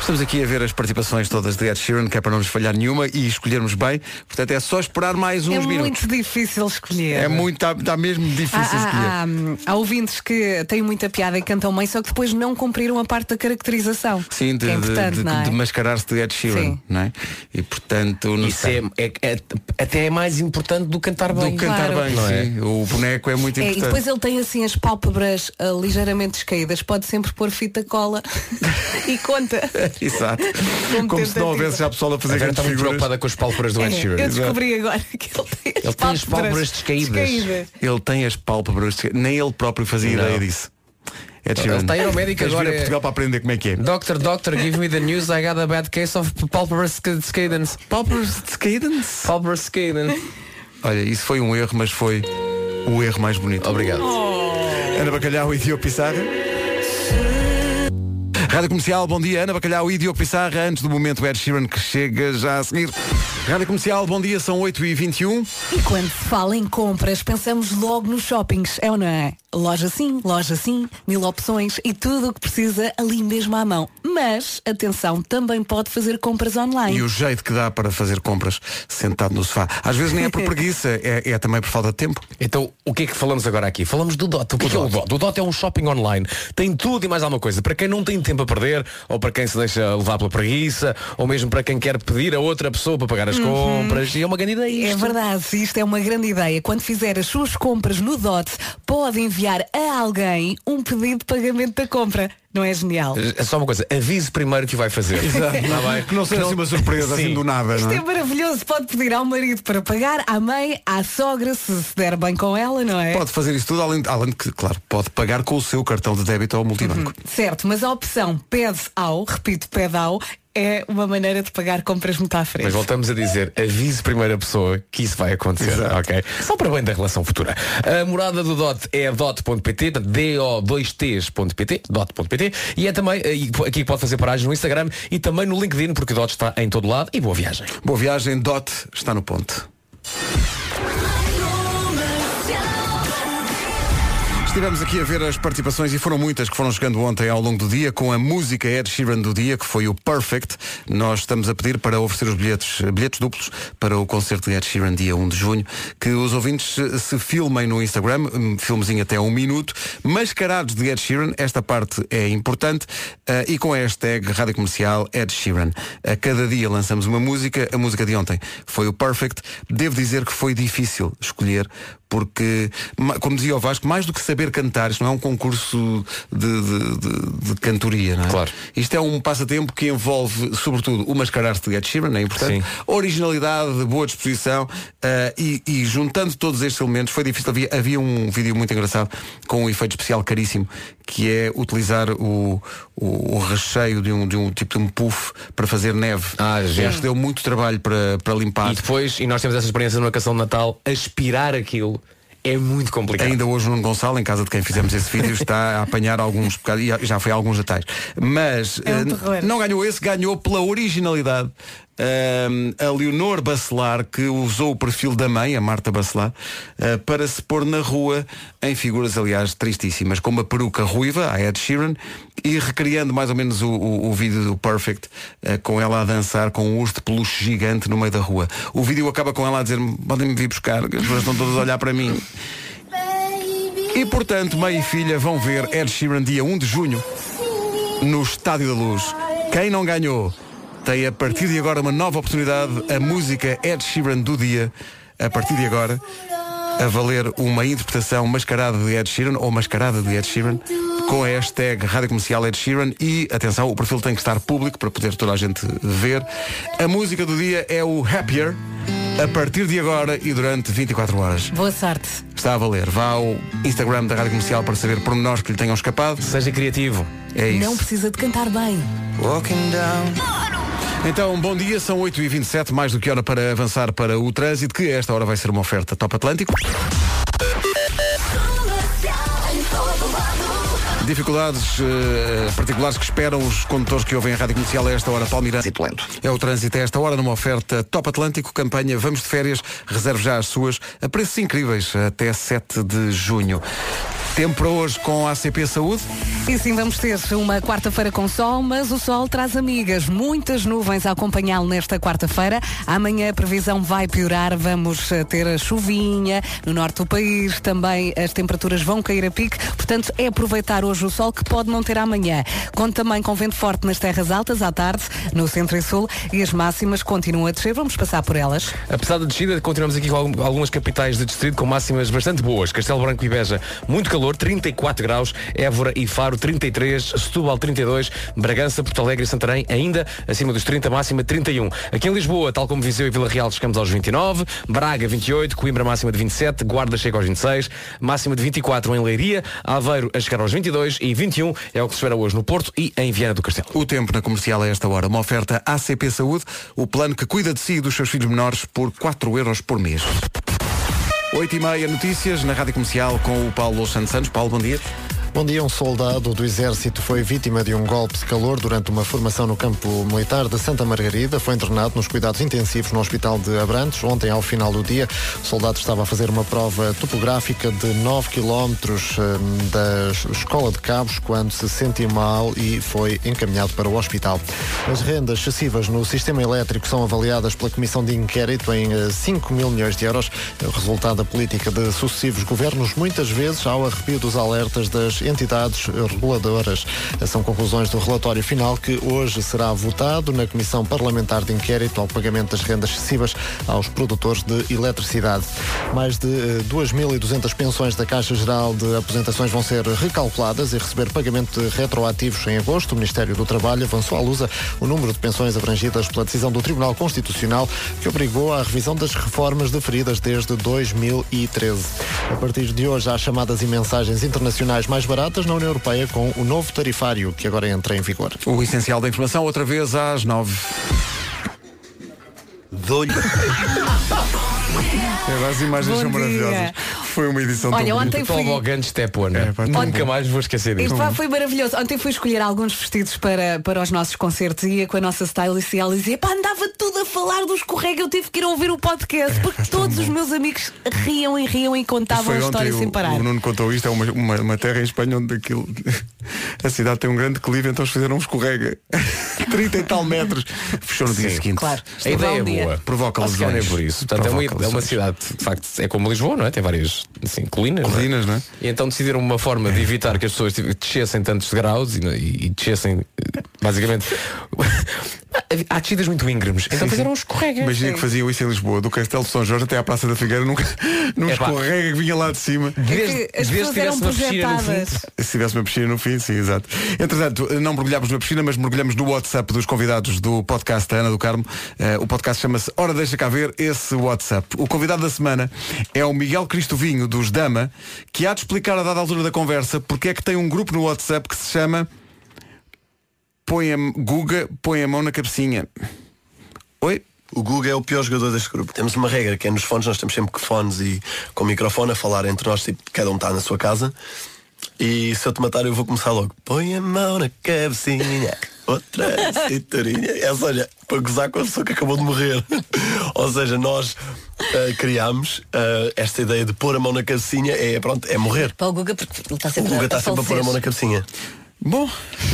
A: Estamos aqui a ver as participações todas de Ed Sheeran, que é para não nos falhar nenhuma e escolhermos bem. Portanto, é só esperar mais
C: É
A: uns minutos.
C: muito difícil escolher.
A: É muito, está mesmo
C: Há,
A: difícil escolher.
C: há, há, hum, há ouvintes que têm muita piada e cantam bem, só que depois não cumpriram a parte da caracterização.
A: Sim, de,
C: que é
A: de-
C: importante,
A: de-
C: não é?
A: de mascarar-se de Ed Sheeran,
C: Sim.
A: não é? E portanto, não
B: Isso
A: sei.
B: é, é- é- até é mais importante do cantar
A: do
B: bem.
A: que cantar
C: claro.
A: bem,
B: Não é?
A: sim. O boneco é muito
C: É, e
A: importante.
C: depois ele tem assim as pálpebras ah, ligeiramente descaídas, pode sempre pôr fita cola e conta.
A: Exato.
C: Como
A: Como se não
C: tentativa.
A: houvesse já pessoal a fazer
B: Vera
A: grandes
B: está muito
A: figuras.
B: preocupada com as pálpebras do Ed Sheeran.
C: eu descobri agora que ele tem,
B: Ele tem as pálpebras descaídas.
A: Ele tem as pálpebras, nem ele próprio fazia
B: Não.
A: ideia disso. É de
B: Ele está a ir ao médico
A: Tens de vir
B: agora,
A: a
B: é-
A: Portugal para aprender como é que é.
B: Doctor, doctor, give me the news, I got a bad case of pálpebras cadence.
A: Pálpebras de cadence.
B: Pálpebras cadence.
A: Olha, isso foi um erro, mas foi o erro mais bonito. Oh.
B: Obrigado.
A: Ana Bacalhau e Diogo Pissarra. Rádio Comercial, bom dia. Ana Bacalhau e Diogo Pissarra, antes do momento Ed Sheeran que chega já a seguir. Rádio Comercial, bom dia, são 8h21.
C: E quando se fala em compras, pensamos logo nos shoppings, é ou não é? Loja sim, loja sim, mil opções e tudo o que precisa ali mesmo à mão. Mas, atenção, também pode fazer compras online.
A: E o jeito que dá para fazer compras sentado no sofá. Às vezes nem é por preguiça, é, é também por falta de tempo.
B: Então, o que é que falamos agora aqui? Falamos do DOT. O que, é, que é o DOT? O DOT é um shopping online. Tem tudo e mais alguma coisa. Para quem não tem tempo a perder, ou para quem se deixa levar pela preguiça, ou mesmo para quem quer pedir a outra pessoa para pagar as compras. E é uma grande ideia.
C: Uhum. É
B: isto.
C: verdade, isto é uma grande ideia. Quando fizer as suas compras no DOT, pode enviar a alguém um pedido de pagamento da compra. Não é genial?
B: É só uma coisa, avise primeiro que vai fazer. Tá Exato.
A: Que não seja assim uma surpresa, assim
B: Sim.
A: do nada, não
C: Isto
A: é?
C: é maravilhoso, pode pedir ao marido para pagar, à mãe, à sogra, se se der bem com ela, não é?
A: Pode fazer isso tudo, além, além de que, claro, pode pagar com o seu cartão de débito ao multibanco.
C: Certo, mas a opção pede ao, repito, pede ao, é uma maneira de pagar compras muito à frente.
B: Mas voltamos a dizer, avise primeiro a pessoa que isso vai acontecer, ok? Só para bem da relação futura. A morada do DOT é dot.pt, portanto, do2ts.pt, dot.pt, e é também, eh, e aqui pode fazer paragem no Instagram e também no LinkedIn, porque o DOT está em todo lado, e boa viagem.
A: Boa viagem, DOT está no ponto. Estivemos aqui a ver as participações e foram muitas que foram chegando ontem ao longo do dia com a música Ed Sheeran do dia, que foi o Perfect. Nós estamos a pedir para oferecer os bilhetes, bilhetes duplos para o concerto de Ed Sheeran dia 1 de junho, que os ouvintes se- se filmem no Instagram, um filmezinho até um minuto, mascarados de Ed Sheeran, esta parte é importante, eh, e com a hashtag Rádio Comercial Ed Sheeran. A cada dia lançamos uma música, a música de ontem foi o Perfect. Devo dizer que foi difícil escolher, porque, ma- como dizia o Vasco, mais do que saber cantar, isto não é um concurso de, de- de- de cantoria, não é?
B: Claro.
A: Isto é um passatempo que envolve, sobretudo, o mascarar-se de Ed Sheeran, é importante,
B: Sim.
A: originalidade, boa disposição, ah, e, e juntando todos estes elementos, foi difícil. Havia, havia um vídeo muito engraçado com um efeito especial caríssimo, que é utilizar o, o, o recheio de um, de um tipo de um puff para fazer neve.
B: Ah, giro.
A: Isto deu muito trabalho para, para limpar.
B: E depois, e nós temos essa experiência numa canção de Natal, aspirar aquilo é muito complicado.
A: Ainda hoje o Nuno Gonçalo, em casa de quem fizemos esse vídeo, está a apanhar alguns bocados, e já foi a alguns atais. Mas
C: É um
A: eh,
C: terror.
A: não ganhou esse, ganhou pela originalidade. Ahm, a Leonor Bacelar, que usou o perfil da mãe, a Marta Bacelar, eh, para se pôr na rua em figuras, aliás, tristíssimas, como a peruca ruiva, a Ed Sheeran, e recriando mais ou menos o, o- o vídeo do Perfect, eh, com ela a dançar com um urso de peluche gigante no meio da rua. O vídeo acaba com ela a dizer, podem-me vir buscar, que as pessoas estão todas a olhar para mim. E portanto, mãe e filha vão ver Ed Sheeran dia 1 de junho no Estádio da Luz. Quem não ganhou tem a partir de agora uma nova oportunidade, a música Ed Sheeran do dia, a partir de agora, a valer uma interpretação mascarada de Ed Sheeran ou mascarada de Ed Sheeran com a hashtag Rádio Comercial Ed Sheeran e, atenção, o perfil tem que estar público para poder toda a gente ver. A música do dia é o Happier, a partir de agora e durante 24 horas.
C: Boa sorte.
A: Está a valer. Vá ao Instagram da Rádio Comercial para saber pormenores que lhe tenham escapado.
B: Seja criativo.
A: É isso.
C: Não precisa de cantar bem.
A: Então, bom dia, são 8h27, mais do que hora para avançar para o trânsito, que a esta hora vai ser uma oferta Top Atlântico. Dificuldades eh, particulares que esperam os condutores que ouvem a Rádio Comercial a esta hora, Palmeiras.
F: Trânsito lento.
A: É o trânsito a esta hora numa oferta Top Atlântico, campanha Vamos de Férias, reserve já as suas a preços incríveis até 7 de junho. Tempo para hoje com a ACP Saúde.
C: E sim, vamos ter uma quarta-feira com sol, mas o sol traz amigas. Muitas nuvens a acompanhá-lo nesta quarta-feira. Amanhã a previsão vai piorar. Vamos eh, ter a chuvinha no norte do país. Também as temperaturas vão cair a pique. Portanto, é aproveitar hoje o sol que pode não ter amanhã. Conto também com vento forte nas terras altas à tarde, no centro e sul. E as máximas continuam a descer. Vamos passar por elas.
B: Apesar da descida, continuamos aqui com algum- algumas capitais de distrito com máximas bastante boas. Castelo Branco e Beja, muito calor. calor, 34 graus, Évora e Faro 33, Setúbal 32, Bragança, Porto Alegre e Santarém ainda acima dos 30, máxima 31. Aqui em Lisboa, tal como Viseu e Vila Real, chegamos aos 29, Braga 28, Coimbra máxima de 27, Guarda chega aos 26, máxima de 24 em Leiria, Aveiro a chegar aos 22 e 21 é o que se espera hoje no Porto e em Viana do Castelo.
A: O tempo na comercial a esta hora. Uma oferta ACP Saúde, o plano que cuida de si e dos seus filhos menores por 4 euros por mês. 8 e meia notícias na Rádio Comercial com o Paulo Santos Santos. Paulo, bom dia.
G: Bom dia, um soldado do Exército foi vítima de um golpe de calor durante uma formação no campo militar de Santa Margarida. Foi internado nos cuidados intensivos no Hospital de Abrantes. Ontem, ao final do dia, o soldado estava a fazer uma prova topográfica de 9 quilómetros hum, da Escola de Cabos quando se sentiu mal e foi encaminhado para o hospital. As rendas excessivas no sistema elétrico são avaliadas pela Comissão de Inquérito em eh, 5 mil milhões de euros, É o resultado da política de sucessivos governos, muitas vezes ao arrepio dos alertas das entidades reguladoras. São conclusões do relatório final que hoje será votado na Comissão Parlamentar de Inquérito ao pagamento das rendas excessivas aos produtores de eletricidade. Mais de eh, 2.200 pensões da Caixa Geral de Aposentações vão ser recalculadas e receber pagamento de retroativos em agosto. O Ministério do Trabalho avançou à lusa o número de pensões abrangidas pela decisão do Tribunal Constitucional que obrigou à revisão das reformas deferidas desde 2013. A partir de hoje há chamadas e mensagens internacionais mais baratas na União Europeia com o novo tarifário que agora entra em vigor.
A: O essencial da informação, outra vez às 9.
I: Dou-lhe.
A: É, As imagens
C: Bom
A: são
C: dia.
A: maravilhosas. Foi uma edição
C: Olha,
A: tão
C: ontem
A: bonita.
C: fui.
B: Tobogã de Stepona.
A: É, pá, tão
B: Nunca
A: bom.
B: mais vou esquecer disso.
C: Epá, foi maravilhoso. Ontem fui escolher alguns vestidos para, para os nossos concertos e ia com a nossa stylist e ela dizia, pá, andava tudo a falar do escorrega, eu tive que ir ouvir o podcast, porque todos os meus amigos riam e riam e contavam a
A: Foi
C: história
A: ontem,
C: sem
A: o,
C: parar.
A: o Nuno contou isto, é uma, uma, uma terra em Espanha onde aquilo, a cidade tem um grande clive, então eles fizeram um escorrega. 30 e tal metros. Fechou no dia seguinte.
C: claro.
B: A ideia é
C: Bom dia.
B: boa.
A: Provoca
B: Acho que é
A: lesões.
B: por isso. Portanto, é uma,
A: Provoca
B: é uma
A: lesões.
B: cidade, de facto, é como Lisboa, não é? Tem várias assim, colinas. não é?
A: Colinas, não é?
B: E então decidiram uma forma de evitar que as pessoas tive- descessem tantos graus e, e, e descessem, eh, basicamente. Há descidas muito íngremes. Então fizeram um escorrega.
A: Imagina que faziam isso em Lisboa, do Castelo de São Jorge até à Praça da Figueira, nunca, num
B: Epá.
A: escorrega que vinha lá de cima.
B: Desde,
C: É as
B: desde que
C: pessoas eram
B: tivesse uma piscina no fundo.
C: projetadas.
A: Se tivesse uma piscina no fim, sim, exato. Entretanto, não mergulhámos na piscina, mas mergulhamos no WhatsApp dos convidados do podcast da Ana do Carmo. Eh, o podcast chama-se Ora Deixa Cá Ver esse WhatsApp. O convidado da semana é o Miguel Cristovinho, dos Dama, que há de explicar a dada altura da conversa porque é que tem um grupo no WhatsApp que se chama Põe a... Guga, põe a mão na cabecinha. Oi?
I: O Guga é o pior jogador deste grupo. Temos uma regra que é nos fones, nós temos sempre que fones e com microfone a falar entre nós, tipo, cada um está na sua casa. E se eu te matar eu vou começar logo. Põe a mão na cabecinha. Outra cinturinha. Essa olha, para gozar com a pessoa que acabou de morrer. é. Ou seja, nós ah, criámos ah, esta ideia de pôr a mão na cabecinha é pronto, é morrer.
J: Para o Guga, porque ele está
I: O
J: sempre,
I: Guga está
J: a
I: sempre a pôr a mão na
J: falecer.
I: cabecinha.
A: Bom,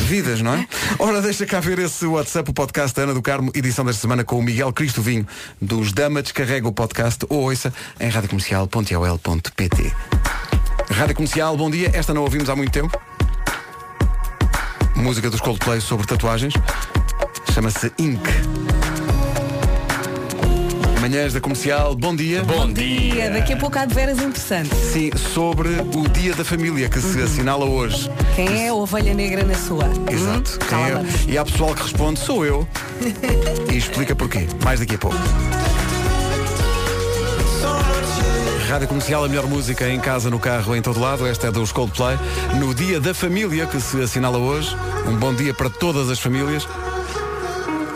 A: vidas, não é? Ora, deixa cá ver esse WhatsApp, o podcast da Ana do Carmo, edição desta semana com o Miguel Cristovinho dos Dama. Descarrega o podcast ou ouça em radiocomercial.ol.pt Rádio Comercial, bom dia. Esta não ouvimos há muito tempo. Música dos Coldplay sobre tatuagens. Chama-se Ink. Manhãs da Comercial, bom dia.
B: Bom
C: Dia, É, daqui a pouco há de veras interessante.
A: Sim, sobre o Dia da Família que se assinala hoje.
C: Quem é a ovelha negra na sua?
A: Exato.
C: Hum?
A: Quem é-
C: Calma.
A: E há pessoal que responde, sou eu. e explica porquê. Mais daqui a pouco. Rádio Comercial, a melhor música em casa, no carro, em todo lado. Esta é dos Coldplay. No Dia da Família, que se assinala hoje. Um bom dia para todas as famílias.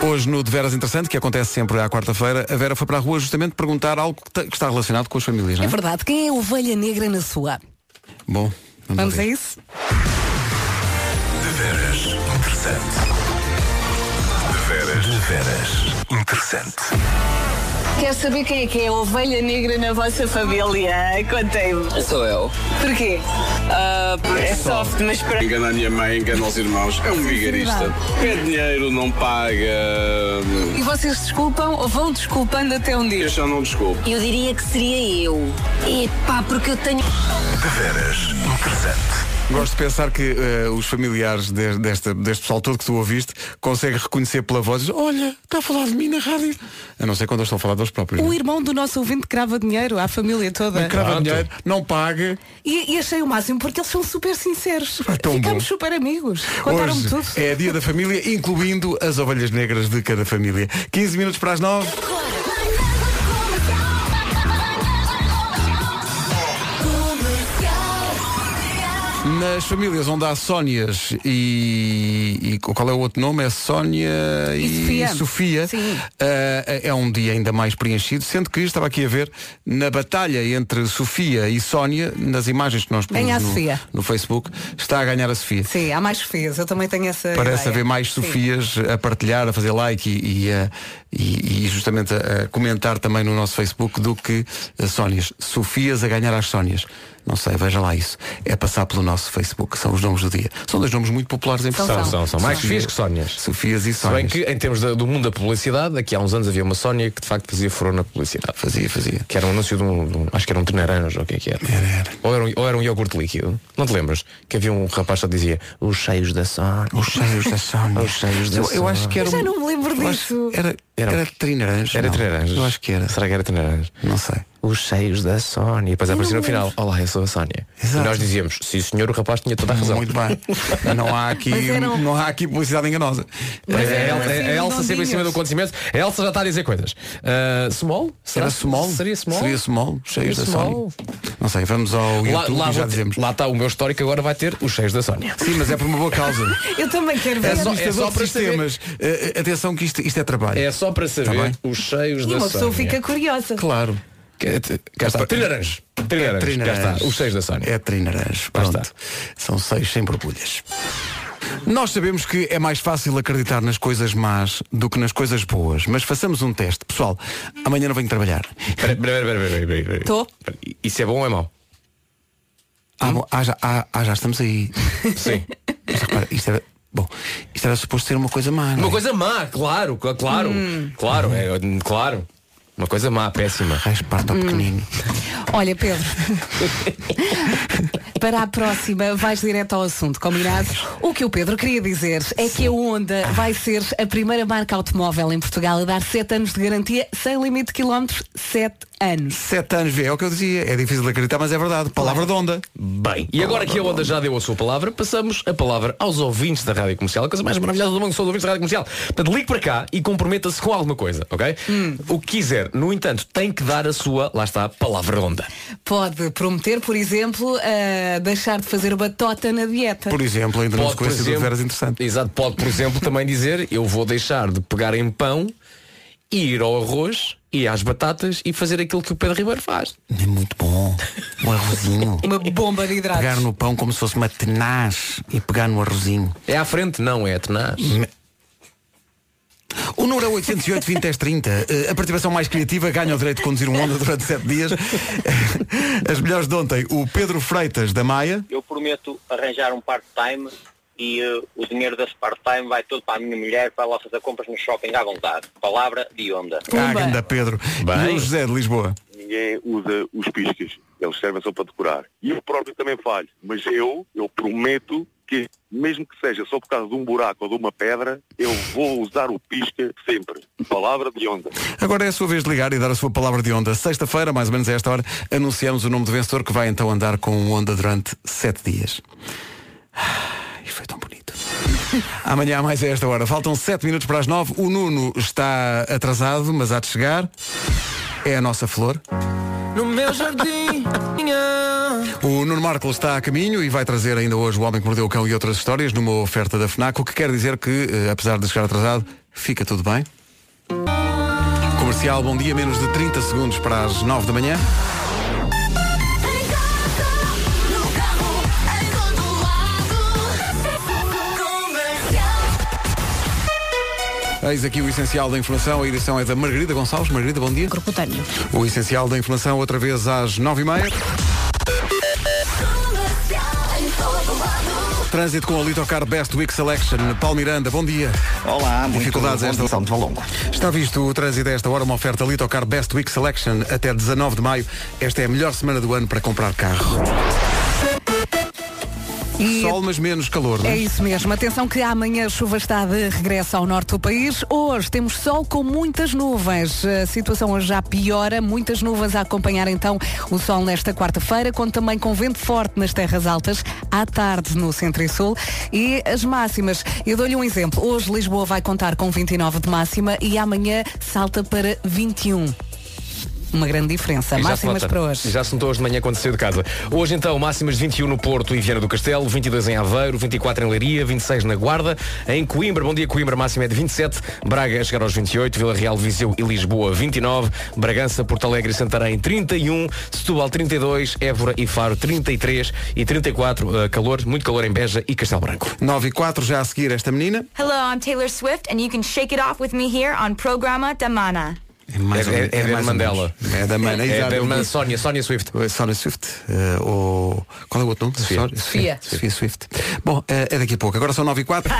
A: Hoje, no De Veras Interessante, que acontece sempre à quarta-feira, a Vera foi para a rua justamente perguntar algo que, te- que está relacionado com as famílias, não
C: É
A: é?
C: verdade, quem é a ovelha negra na sua?
A: Bom, vamos,
C: Vamos
A: ouvir.
C: a isso?
J: Quer saber quem é que é a ovelha negra na vossa família? Contei-me. Sou eu. Porquê? é soft, mas para.
E: Engana a minha mãe, engana os irmãos, é um vigarista. Pede dinheiro, não paga.
C: E vocês desculpam ou vão desculpando até um dia?
E: já não desculpo.
J: Eu diria que seria eu. Epá, porque eu tenho.
A: Gosto de pensar que eh, os familiares de- desta, deste pessoal todo que tu ouviste conseguem reconhecer pela voz e dizer, olha, está a falar de mim na rádio. A não ser quando eles estão a falar deles próprios.
C: O
A: não é?
C: irmão do nosso ouvinte crava dinheiro à família toda.
A: Crava dinheiro, não paga.
C: E, e achei o máximo porque eles são super sinceros.
A: tão
C: Ficamos
A: bom.
C: super amigos. Contaram-me
A: Hoje
C: tudo.
A: é dia da família, incluindo as ovelhas negras de cada família. 15 minutos para as 9. Nas famílias onde há Sónias e, e qual é o outro nome? É Sónia e,
C: E Sofia.
A: Sofia. Ah, é um dia ainda mais preenchido, sendo que estava aqui a ver na batalha entre Sofia e Sónia, nas imagens que nós pomos
C: Ganha a
A: no,
C: Sofia.
A: no Facebook, está a ganhar a Sofia.
C: Sim, há mais Sofias. Eu também tenho essa.
A: Parece
C: ideia.
A: haver mais
C: Sim.
A: Sofias a partilhar, a fazer like e, e a- e- e justamente a, a comentar também no nosso Facebook do que a Sónias. Sofias a ganhar às Sónias. Não sei, veja lá isso. É passar pelo nosso Facebook, são os nomes do dia. São dois nomes muito populares em
B: São,
A: Portugal.
B: são, são. Mais Sofias que Sónias.
A: Sofias e
B: Se bem
A: Sónias.
B: que, em termos da- do mundo da publicidade, aqui há uns anos havia uma Sónia que de facto fazia furor na publicidade.
A: Fazia, fazia.
B: Que era um anúncio de um, de um- acho que era um trenaranjo, ou o que é que era. Ou era, um, ou era um iogurte líquido. Não te lembras? Que havia um rapaz que só dizia os cheios da Sónia.
A: Os cheios da Sónia.
B: os cheios da
A: Eu,
B: Sónia.
A: eu acho que era.
C: Eu já
A: um-
C: não me lembro
A: eu
C: disso.
A: acho- Era, era,
B: Era-
A: trinaranjo.
B: Era
A: não.
B: trenaranjo.
A: Eu acho que era.
B: Será que era trenaranjo?
A: Não sei.
B: Os cheios da Sónia. E depois aparecia no final, olá, eu sou a Sónia.
A: Exato.
B: E nós dizíamos, sim senhor, o rapaz tinha toda a razão.
A: Muito bem. Não há aqui,
C: Mas eram-
A: não há aqui publicidade enganosa.
B: Pois
A: Eh,
B: é, a, a-
C: Sim,
B: a Elsa sempre em
C: redondinhos.
B: cima do acontecimento. A Elsa já está a dizer coisas. Ah, small? Será?
A: Era small?
B: Seria small?
A: Seria small, cheios da
B: Seria
A: Sony.
B: small?
A: Não sei, vamos ao
B: Lá,
A: YouTube
B: lá,
A: e já
B: vou-
A: dizemos.
B: lá está o meu histórico, agora vai ter os cheios da Sónia.
A: Sim, mas é por uma boa causa.
C: Eu também quero ver.
B: É só-
A: Administrador de
B: para saber.
A: sistemas. Eh, eh, atenção que isto, isto é trabalho.
B: É só para saber
A: bem.
B: os cheios
C: E
B: da
C: uma pessoa
B: Sónia.
C: fica curiosa.
A: Claro.
B: Que- te- Cá está. Trinaranjo. Trinaranjo. Cá está. Os cheios da Sónia.
A: É trinaranjo.
B: Lá
A: Pronto.
B: está.
A: São seis sem borbulhas. Nós sabemos que é mais fácil acreditar nas coisas más do que nas coisas boas, mas façamos um teste. Pessoal, amanhã não venho trabalhar.
B: Espera, espera, espera, espera, espera, espera.
C: Tô.
B: Isso é bom ou é mau? Hum?
A: Ah, bom, ah, já, ah, ah, já estamos aí.
B: Sim.
A: Mas repara, isto era. Bom, isto era suposto ser uma coisa má. não é?
B: Uma coisa má, claro, cl- claro.
C: Hum.
B: Claro, é, claro. Uma coisa má, péssima.
A: Rasparta ao pequenino.
C: Olha, Pedro, para a próxima vais direto ao assunto, combinado? O que o Pedro queria dizer é que a Honda vai ser a primeira marca automóvel em Portugal a dar 7 anos de garantia sem limite de quilómetros, 7 anos.
A: Sete anos, vê, é o que eu dizia. É difícil de acreditar, mas é verdade. Palavra de onda.
B: Bem, e agora que a Onda já deu a sua palavra, passamos a palavra aos ouvintes da Rádio Comercial. A coisa mais maravilhosa do mundo são os ouvintes da Rádio Comercial. Portanto, ligue para cá e comprometa-se com alguma coisa, ok? O que quiser. No entanto, tem que dar a sua, lá está, palavra onda.
C: Pode prometer, por exemplo, a deixar de fazer batota na dieta.
A: Por exemplo, ainda não se conhecia do Veras Interessante.
B: Exato, pode, por exemplo, também dizer eu vou deixar de pegar em pão e ir ao arroz e às batatas e fazer aquilo que o Pedro Ribeiro faz.
A: É muito bom. Um arrozinho.
C: Uma bomba de hidratos.
A: pegar no pão como se fosse uma tenaz e pegar no arrozinho.
B: É à frente? Não, é tenaz.
A: O número é 808 20 10 30. Eh, A participação mais criativa ganha o direito de conduzir um Honda durante sete dias. As melhores de ontem, o Pedro Freitas da Maia.
K: eu prometo arranjar um part-time e eh, o dinheiro desse part-time vai todo para a minha mulher para ela fazer compras no shopping à vontade. Palavra de onda.
A: Ah,
C: Pumba.
A: ganda Pedro. E o José de Lisboa.
L: ninguém usa os piscas. Eles servem só para decorar. E eu próprio também falho. Mas eu, eu prometo que, mesmo que seja só por causa de um buraco ou de uma pedra, eu vou usar o pisca sempre. Palavra de onda.
A: Agora é a sua vez de ligar e dar a sua palavra de onda. Sexta-feira, mais ou menos a esta hora, anunciamos o nome do vencedor que vai então andar com o onda durante sete dias. Ah, isto foi tão bonito. Amanhã, mais a esta hora. Faltam sete minutos para as nove. O Nuno está atrasado, mas há de chegar. É a nossa flor.
B: No meu jardim.
A: O Nuno Marco está a caminho e vai trazer ainda hoje o Homem que Mordeu o Cão e outras histórias numa oferta da FNAC, o que quer dizer que, eh, apesar de chegar atrasado, fica tudo bem. Comercial, bom dia, menos de 30 segundos para as 9 da manhã. Eis aqui o essencial da informação, a edição é da Margarida Gonçalves. Margarida, bom dia.
D: Corpo tânio.
A: O essencial da informação, outra vez às 9h30. Trânsito com a Litocar Best Week Selection. Paulo Miranda, bom dia.
F: Olá, muito
A: Dificuldades então.
F: bom
A: esta-
F: dia, São de Valongo.
A: Está visto o trânsito a esta hora, uma oferta Litocar Best Week Selection até 19 de maio. Esta é a melhor semana do ano para comprar carro.
C: E
A: Sol, mas menos calor, não
C: É
A: é?
C: isso mesmo. Atenção que amanhã a chuva está de regresso ao norte do país. Hoje temos sol com muitas nuvens. A situação hoje já piora. Muitas nuvens a acompanhar então o sol nesta quarta-feira, quando também com vento forte nas terras altas, à tarde no centro e sul. E as máximas. Eu dou-lhe um exemplo. Hoje Lisboa vai contar com 29 de máxima e amanhã salta para 21. Uma grande diferença.
B: E já se
C: Máximas
B: nota.
C: para hoje.
B: E Já se notou hoje de manhã quando saiu de casa. Hoje então, máximas de 21 no Porto e Viana do Castelo, 22 em Aveiro, 24 em Leiria, 26 na Guarda, em Coimbra, bom dia Coimbra, máxima é de 27, Braga a chegar aos 28, Vila Real, Viseu e Lisboa 29, Bragança, Porto Alegre e Santarém 31, Setúbal 32, Évora e Faro 33 e 34, eh, calor, muito calor em Beja e Castelo Branco.
A: 9 e 4 já a seguir esta menina.
M: Hello, I'm Taylor Swift, and you can shake it off with me here on Programa da Mana.
A: Mais
B: É-
A: ou menos.
B: é- é da
A: mais ou
B: Mandela.
A: menos. É da Mandela.
B: É
A: exato.
B: da irmã Sónia, Sónia Swift.
A: Sónia Swift. eh, ou... Qual é o outro nome? Sónia-
C: Sofia.
A: Sofia Swift. Bom, eh, é daqui a pouco. Agora são 9 e 4.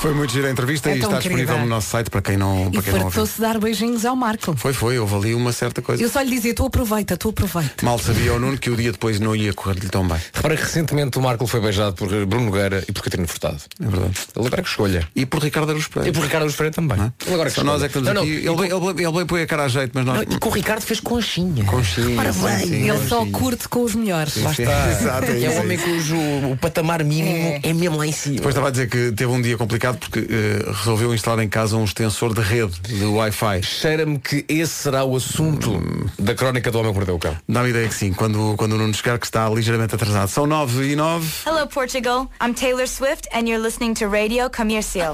A: Foi muito gira a entrevista
C: É
A: e
C: tão
A: está
C: querida.
A: disponível no nosso site para quem não,
C: E
A: para quem não ouviu.
C: fartou-se dar beijinhos ao Marco.
A: Foi, foi, houve ali uma certa coisa.
C: Eu só lhe dizia, tu aproveita, tu aproveita.
A: Mal sabia o Nuno que o dia depois não ia correr-lhe tão bem.
B: Repara que recentemente o Marco foi beijado por Bruno Nogueira e por Catarina Furtado.
A: É verdade.
B: Ele agora que escolha.
A: E por Ricardo Aruz Pereira.
B: E por Ricardo Aruz Pereira também. Ele agora que
A: Só nós
B: escolha.
A: é que estamos
B: Não, não,
A: aqui. Ele, bem- ele, bem- ele bem põe a cara a jeito, mas nós.
B: E com o Ricardo fez conchinha.
A: Conchinha.
C: Ora
A: sim,
C: bem,
A: sim,
C: ele só
A: conchinha.
C: curte com os melhores.
A: Sim, sim. Exato, é
B: é
A: isso,
B: um homem
A: é
B: cujo o patamar mínimo é, mesmo lá em cima.
A: Depois estava a dizer que teve um dia complicado porque eh, resolveu instalar em casa um extensor de rede de Wi-Fi.
B: Cheira-me que esse será o assunto
A: Hum.
B: da crónica do homem que mordeu o cão.
A: Dá-me ideia que sim, quando, quando o Nuno chegar que está ligeiramente atrasado. São 9 e 9.
M: Hello, Portugal. I'm Taylor Swift, and you're listening to Radio Comercial.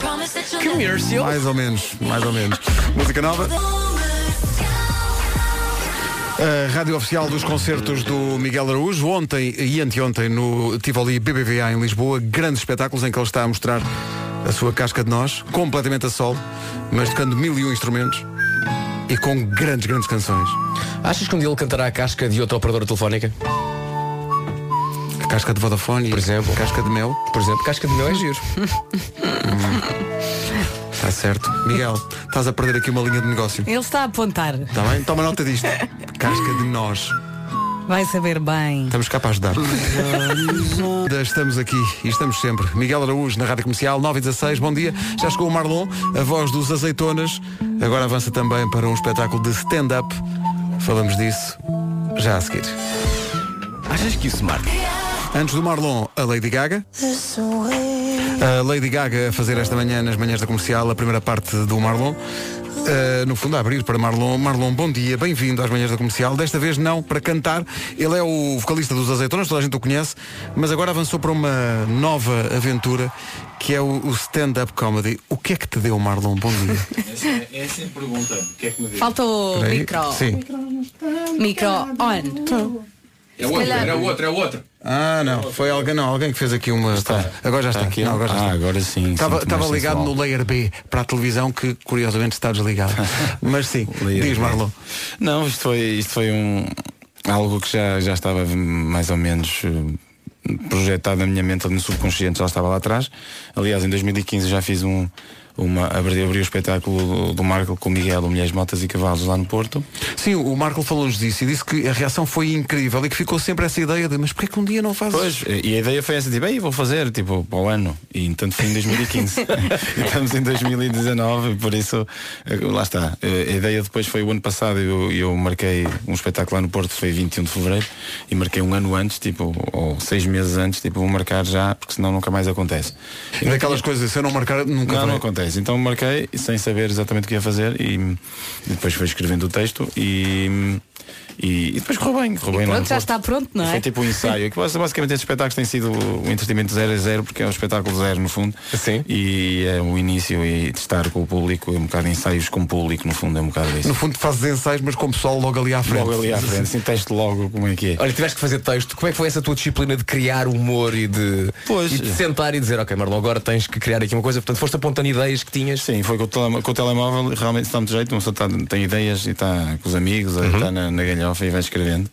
A: Mais ou menos, mais ou menos. Música nova. A rádio oficial dos concertos do Miguel Araújo, ontem e anteontem no Tivoli BBVA em Lisboa, grandes espetáculos em que ele está a mostrar a sua casca de nós, completamente a solo, mas tocando mil e um instrumentos e com grandes, grandes canções.
B: Achas que um dia ele cantará a casca de outra operadora telefónica?
A: A casca de Vodafone, por exemplo. Casca de mel.
B: Por exemplo, casca de mel é giro.
A: Está Tá certo. Miguel, estás a perder aqui uma linha de negócio.
C: Ele está a apontar.
A: Está bem? Toma nota disto. Casca de nós.
C: Vai saber bem.
A: Estamos cá para ajudar. Ainda Estamos aqui e estamos sempre. Miguel Araújo, na Rádio Comercial, 9 e 16 bom dia. Já chegou o Marlon, a voz dos azeitonas. Agora avança também para um espetáculo de stand-up. Falamos disso já a seguir. Achas que isso marca? Antes do Marlon, a Lady Gaga. A Lady Gaga a fazer esta manhã, nas manhãs da comercial, a primeira parte do Marlon. Uh, no fundo, a abrir para Marlon. Marlon, bom dia, bem-vindo às manhãs da comercial. Desta vez, não para cantar. Ele é o vocalista dos Azeitonas, toda a gente o conhece, mas agora avançou para uma nova aventura que é o, o stand-up comedy. O que é que te deu, Marlon? Bom dia.
N: Essa é a pergunta. O que é que me diz?
C: Falta o
A: Espera aí.
C: micro.
A: Sim.
C: Micro on.
N: É
C: Se
N: outro,
C: calhar-
N: era outro, é outro.
A: Ah, não, foi alguém, não, alguém que fez aqui uma. Tá. Agora já está.
N: Está aqui?
A: Não, agora já
N: Ah,
A: está.
N: agora sim,
A: Estava,
N: sinto-me
A: estava
N: mais
A: ligado
N: sensual.
A: no layer B para a televisão que curiosamente está desligado. Mas sim, diz Marlon.
N: Não, isto foi, isto foi um, algo que já, já estava mais ou menos eh, projetado na minha mente, no subconsciente, já estava lá atrás. Aliás, em 2015 já fiz um. Uma, abri, abri o espetáculo do, do Marco com o Miguel, o Mulheres, Motas e Cavalos lá no Porto.
A: Sim, o Marco falou-nos disso e disse que a reação foi incrível e que ficou sempre essa ideia de mas porquê que um dia não fazes?
N: Pois, e a ideia foi essa, tipo, "Ei, vou fazer, tipo, para o ano. E entanto foi em 2015. E Estamos em 2019, por isso, eh, lá está. Eh, A ideia depois foi o ano passado, eu, eu marquei um espetáculo lá no Porto, foi 21 de Fevereiro, e marquei um ano antes, tipo, ou seis meses antes, tipo, vou marcar já, porque senão nunca mais acontece. E não
A: Daquelas coisas, se eu não marcar, nunca
N: não,
A: farei.
N: não acontece. Então marquei sem saber exatamente o que ia fazer e hum, depois foi escrevendo o texto e, hum, e, e depois correu bem. Correu bem lá no
C: Pronto, já
N: Porto.
C: está pronto, não é?
N: Foi tipo um ensaio. Que basi- basicamente estes espetáculos têm sido um entretenimento zero a zero, porque é um espetáculo zero no fundo. Sim. E é o início e de estar com o público, é um bocado de ensaios com o público, no fundo, é um bocado isso.
A: No fundo fazes ensaios, mas com o pessoal logo ali à frente.
N: Logo ali à frente, assim, teste logo como é que é.
B: Olha, tiveste que fazer texto. Como é que foi essa tua disciplina de criar humor e de,
N: Pois.
B: É e de sentar e dizer, ok, Marlon, agora tens que criar aqui uma coisa. Portanto, foste apontando ideias ideias que tinhas.
N: Sim, foi com o, telemo- com o telemóvel, realmente está muito jeito, uma pessoa tá- tem ideias e está com os amigos, ou
B: Uhum.
N: está na, na galhofa e vai escrevendo.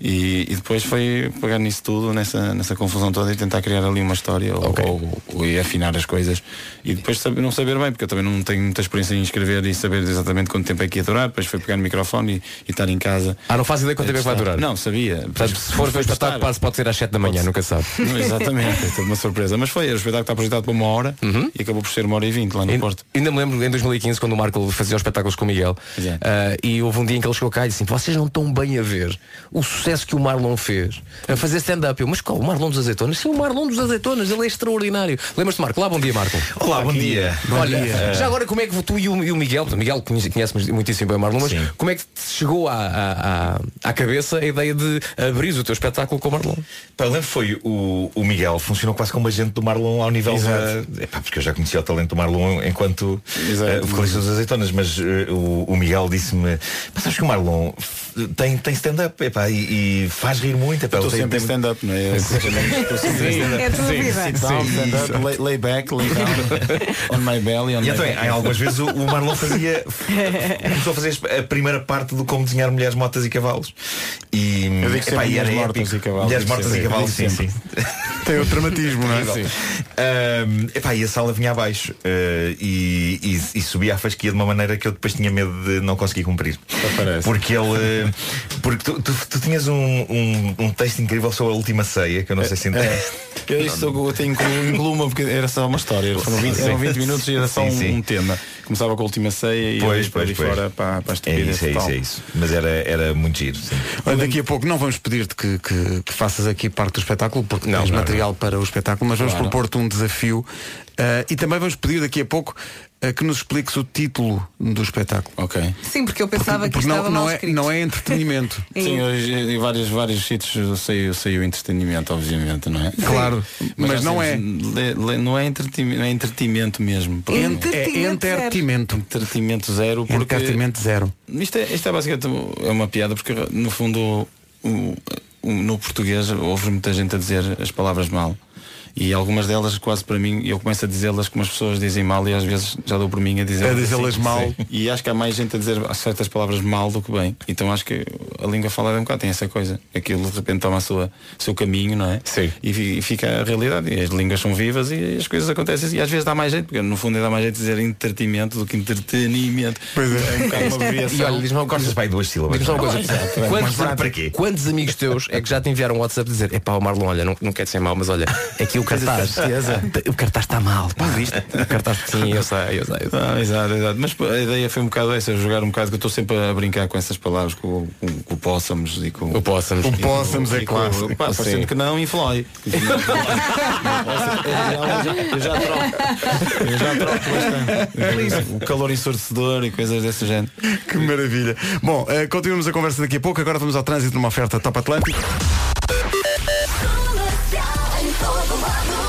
N: E, e depois foi pegar nisso tudo, nessa, nessa confusão toda e tentar criar ali uma história ou, ou- ou- e afinar as coisas. E depois saber, não saber bem, porque eu também não tenho muita experiência em escrever e saber exatamente quanto tempo é que ia durar, depois foi pegar no microfone e, e estar em casa.
B: Ah, não faz ideia quanto
N: a
B: tempo é que vai
N: testar.
B: durar?
N: Não, sabia.
B: Portanto, se for ver o
N: Fui testar.
B: espetáculo, quase pode ser às 7 da manhã, nunca sabe.
N: Não, exatamente, é tudo uma surpresa. Mas foi, o espetáculo está projetado para uma hora
B: Uhum.
N: e acabou por ser uma hora e vinte lá no Porto.
B: Ainda me lembro em 2015 quando o Marco fazia os espetáculos com o Miguel ah, e houve um dia em que ele chegou cá e disse vocês não estão bem a ver o sucesso que o Marlon fez a fazer stand-up. Eu, mas qual? O Marlon dos Azeitonas? Sim, o Marlon dos Azeitonas, ele é extraordinário. Lembras-te, Marco? Lá, bom dia, Marco.
O: Olá, bom dia. Bom
B: Olha,
O: dia.
B: já agora como é que tu e o, e o Miguel, o Miguel conhece, conhece muitíssimo bem o Marlon, mas como é que te chegou à, à, à- à cabeça a ideia de abrir o teu espetáculo com o Marlon?
O: Pá, eu lembro foi o, o Miguel funcionou quase como agente do Marlon ao nível
N: Exato.
O: da. Epá, porque eu já conhecia o talento do Marlon enquanto eh, vocalista dos azeitonas, mas eh, o, o Miguel disse-me, "Pá, sabes que o Marlon f- tem, tem stand-up epá, e, e faz rir muito. Epá,
N: Eu estou
O: ele tem-
N: sempre em
O: tem-
N: stand-up, não é? Eu- Estou sempre em
O: Sim,
N: stand-up.
O: é tudo
N: um Sim,
O: vida.
N: sit down,
O: Sim.
N: stand-up, lay- lay back, lay down, on my belly, on
O: E
N: my
O: então,
N: back.
O: em algumas vezes o, o Marlon fazia começou a fazer a primeira parte do como desenhar mulheres mortas e cavalos. E,
N: Eu digo sempre
O: epá, e era
N: mulheres mortas
O: épico.
N: e cavalos,
O: Mulheres
N: digo
O: mortas e
N: sempre,
O: cavalos,
N: digo
O: sim,
N: sempre.
O: sim.
N: Tem o dramatismo, não é?
O: Incrível.
N: Sim.
O: Ahm, epá, e a sala vinha abaixo ah, e, e, e subia a fasquia de uma maneira que eu depois tinha medo de não conseguir cumprir. Porque ele. eh, Porque tu, tu, tu tinhas um, um, um texto incrível sobre a última ceia, que eu não sei se entendeste.
N: É, Eu isto eu tenho inclu- incluo uma porque era só uma história. Foram 20, eram 20 minutos e era só
O: Sim,
N: um,
O: sim.
N: um tema. Começava com a última ceia e
O: Pois,
N: ia para
O: pois,
N: ali
O: pois.
N: fora para, para a
O: É
N: estupidez
O: isso, é
N: total.
O: isso, é isso. Mas era, era muito giro. sim.
A: Olha, daqui a pouco não vamos pedir-te que, que- que faças aqui parte do espetáculo, porque
O: Não,
A: tens
O: não,
A: material para o espetáculo, mas vamos
O: Claro.
A: propor-te um desafio ah, e também vamos pedir daqui a pouco ah, que nos expliques o título do espetáculo.
N: Ok.
C: Sim, porque eu pensava que
A: Porque não,
C: estava
A: não
C: mal
A: é,
C: escrito.
A: não é entretenimento.
N: Sim, hoje em vários, vários sítios saiu, saiu entretenimento, obviamente, não é?
A: Claro, mas
N: já
A: não é.
N: sabes, le- le- não é entretenimento, é entretenimento mesmo. porque-
A: Entretenimento É entretenimento.
N: Entretenimento zero. Porque
A: Entretenimento zero.
N: Isto é, isto é basicamente é uma piada porque no fundo o- o- no português houve muita gente a dizer as palavras mal. E algumas delas quase para mim, eu começo a dizê-las como as pessoas dizem mal e às vezes já dou por mim a dizer
A: A dizê-las mal.
N: E acho que há mais gente a dizer certas palavras mal do que bem. Então acho que a língua falada é um bocado tem essa coisa. Aquilo de repente toma a sua, o seu caminho, não é? Sim. E, fi- e fica a realidade. E as línguas são vivas e as coisas acontecem. E às vezes dá mais jeito, porque no fundo dá mais jeito de dizer entretenimento do que entretenimento. Pois é. um bocado uma abreviação.
B: E olha, diz-me uma coisa.
O: Pai, duas sílabas.
B: Diz-me só uma coisa.
N: Exato, é.
B: Quantos,
N: Mas para- para quê?
B: quantos amigos teus é que já te enviaram um WhatsApp dizer é pá, Marlon, olha, não, não quero ser mau, mas olha, aqui o cartaz.
N: certeza.
B: o cartaz está mal. Pá, viste? O cartaz, sim, eu sei, eu sei. eu sei.
N: Ah, exato, exato. Mas pô, a ideia foi um bocado essa, jogar um bocado, que eu estou sempre a brincar com essas palavras, com, o- com, com o possamos e com o
B: possamos.
A: O possamos é clássico.
N: Pá, parecendo
A: Sim.
N: que não, inflói. Eu já troco. Eu já troco bastante. O calor ensurdecedor e coisas desse género.
A: Que maravilha. Bom, eh, continuamos a conversa daqui a pouco. Agora vamos ao trânsito numa oferta Top Atlântico.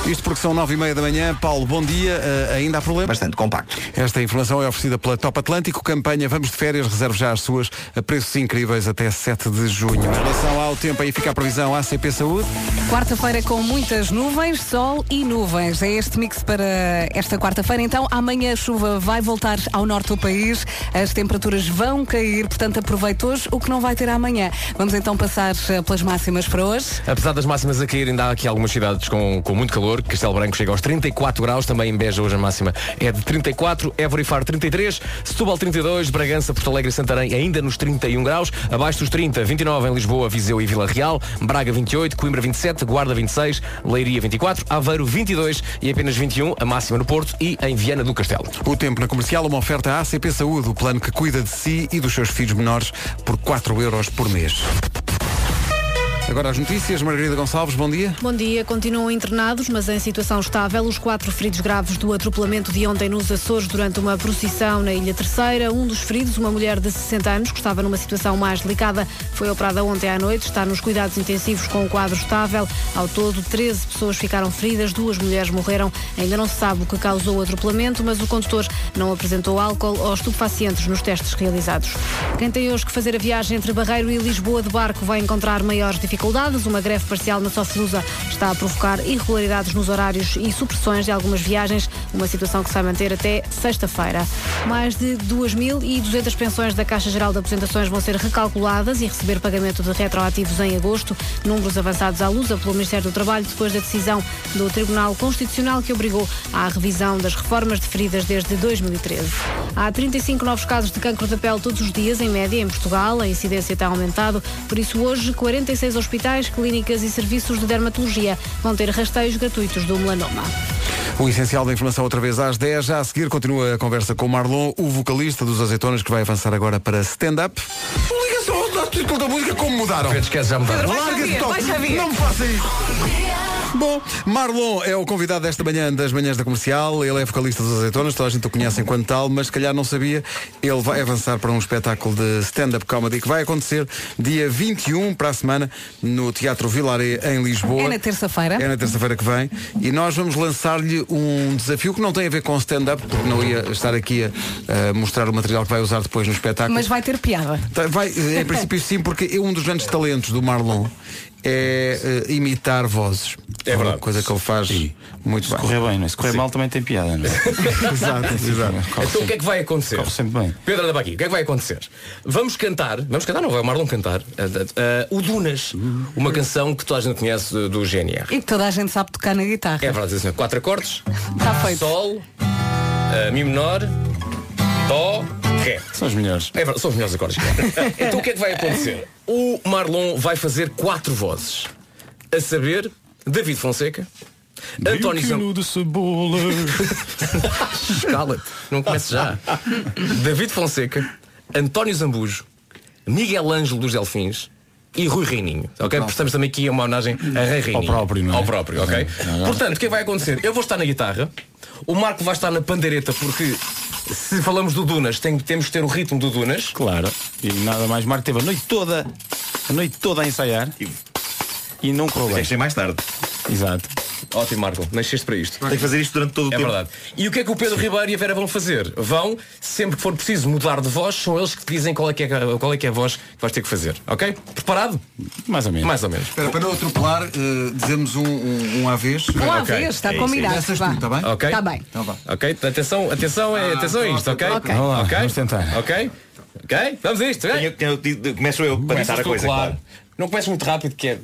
A: Isto porque são nove e meia da manhã. Paulo, bom dia. Eh, ainda há problema?
F: Bastante compacto.
A: Esta informação é oferecida pela Top Atlântico. Campanha Vamos de Férias. Reserve já as suas a preços incríveis até 7 de junho. Em relação ao tempo, aí fica a previsão ACP Saúde.
C: Quarta-feira com muitas nuvens, sol e nuvens. É este mix para esta quarta-feira. Então, amanhã a chuva vai voltar ao norte do país, as temperaturas vão cair, portanto aproveite hoje o que não vai ter amanhã. Vamos então passar eh, pelas máximas para hoje.
B: Apesar das máximas a cair, ainda há aqui algumas cidades com, com muito calor. Castelo Branco chega aos 34 graus, também em Beja hoje a máxima é de 34, Évora e Faro 33, Setúbal 32, Bragança, Porto Alegre e Santarém ainda nos 31 graus, abaixo dos 30, 29 em Lisboa, Viseu e Vila Real, Braga 28, Coimbra 27, Guarda 26, Leiria 24, Aveiro 22 e apenas 21 a máxima no Porto e em Viana do Castelo.
A: O tempo na comercial, uma oferta à ACP Saúde, o plano que cuida de si e dos seus filhos menores por 4 euros por mês. Agora as notícias. Margarida Gonçalves, bom dia.
P: Bom dia. Continuam internados, mas em situação estável, os quatro feridos graves do atropelamento de ontem nos Açores durante uma procissão na Ilha Terceira. Um dos feridos, uma mulher de 60 anos, que estava numa situação mais delicada, foi operada ontem à noite. Está nos cuidados intensivos com o quadro estável. Ao todo, 13 pessoas ficaram feridas, duas mulheres morreram. Ainda não se sabe o que causou o atropelamento, mas o condutor não apresentou álcool ou estupefacientes nos testes realizados. Quem tem hoje que fazer a viagem entre Barreiro e Lisboa de barco vai encontrar maiores dificuldades dificuldades. Uma greve parcial na Sofrusa está a provocar irregularidades nos horários e supressões de algumas viagens, uma situação que se vai manter até sexta-feira. Mais de 2.200 pensões da Caixa Geral de Aposentações vão ser recalculadas e receber pagamento de retroativos em agosto, números avançados à lusa pelo Ministério do Trabalho depois da decisão do Tribunal Constitucional que obrigou à revisão das reformas deferidas desde 2013. Há 35 novos casos de cancro da pele todos os dias, em média, em Portugal. A incidência tem aumentado, por isso hoje 46 hospitais, clínicas e serviços de dermatologia vão ter rasteios gratuitos do melanoma.
A: O essencial da informação outra vez às 10. Já a seguir continua a conversa com o Marlon, o vocalista dos Azeitonas, que vai avançar agora para stand-up. Liga só ao título da música como mudaram.
B: Pedro, esquece, já mudaram.
A: Larga-se, Tom. Não me
B: faça
A: isso. Bom, Marlon é o convidado desta manhã das manhãs da comercial. Ele é vocalista dos Azeitonas, toda a gente o conhece enquanto tal, mas se calhar não sabia. Ele vai avançar para um espetáculo de stand-up comedy que vai acontecer dia 21 para a semana no Teatro Vilaré em Lisboa.
C: É na terça-feira.
A: É na terça-feira que vem. E nós vamos lançar-lhe um desafio que não tem a ver com stand-up, porque não ia estar aqui a, a mostrar o material que vai usar depois no espetáculo.
C: Mas vai ter piada.
A: Tá, Vai, eh, em princípio sim, porque é um dos grandes talentos do Marlon é eh, imitar vozes. É verdade. Coisa que ele faz muito bem.
N: Correr bem, não é? Se correr mal também tem piada, não é?
A: exato, exato.
B: Então o que é que vai acontecer? Pedro, anda para aqui. O que é que vai acontecer? Vamos cantar, vamos cantar, não vai o Marlon cantar, eh, eh, o Dunas, uma canção que toda a gente conhece do- do GNR.
C: E que toda a gente sabe tocar na guitarra.
B: É verdade, sim, senhor. Quatro acordes.
C: Está feito.
B: Sol, eh, Mi menor, Dó, Ré. São os melhores. É verdade, são os melhores acordes. então o que é que vai acontecer? O Marlon vai fazer quatro vozes. A saber, David Fonseca, António
N: Meio
B: Zambujo.
N: quilo de cebola.
B: Escala-te, não comece já. David Fonseca, António Zambujo, Miguel Ângelo dos Delfins. E Rui Reininho, ok? Prestamos também aqui uma homenagem a Rei Reininho.
N: próprio, não é?
B: Ao próprio, ok? Portanto, o que é que vai acontecer? Eu vou estar na guitarra, o Marco vai estar na pandeireta, porque se falamos do Dunas, tem- temos que ter o ritmo do Dunas.
N: Claro. E nada mais. Marco teve a noite toda, a noite toda a ensaiar e não correu bem.
O: Deixei mais tarde.
N: Exato.
B: Ótimo, Marco. Nasceste para isto.
O: Tem que fazer isto durante todo o
B: É
O: tempo.
B: verdade. E o que é que o Pedro Ribeiro e a Vera vão fazer? Vão, sempre que for preciso mudar de voz, são eles que te dizem qual é que é, a- qual é, que é a voz que vais ter que fazer. Ok? Preparado? Mais ou menos. Mais ou menos.
A: Espera, para não atropelar, eh, dizemos um, um, um à vez.
C: Um à vez, está combinado.
A: Começas
C: Vá.
A: tu, está bem?
B: Ok.
C: Tá bem.
A: Então vá.
B: Ok? Atenção, atenção, é,
O: Ah,
B: atenção a isto, ok?
O: ok. Vamos lá,
B: vamos tentar. Ok? Ok? Vamos a isto, ok?
O: começo eu para
B: Começas
O: tentar a
B: tu,
O: coisa,
B: claro.
O: claro.
B: Não começo muito rápido, que é.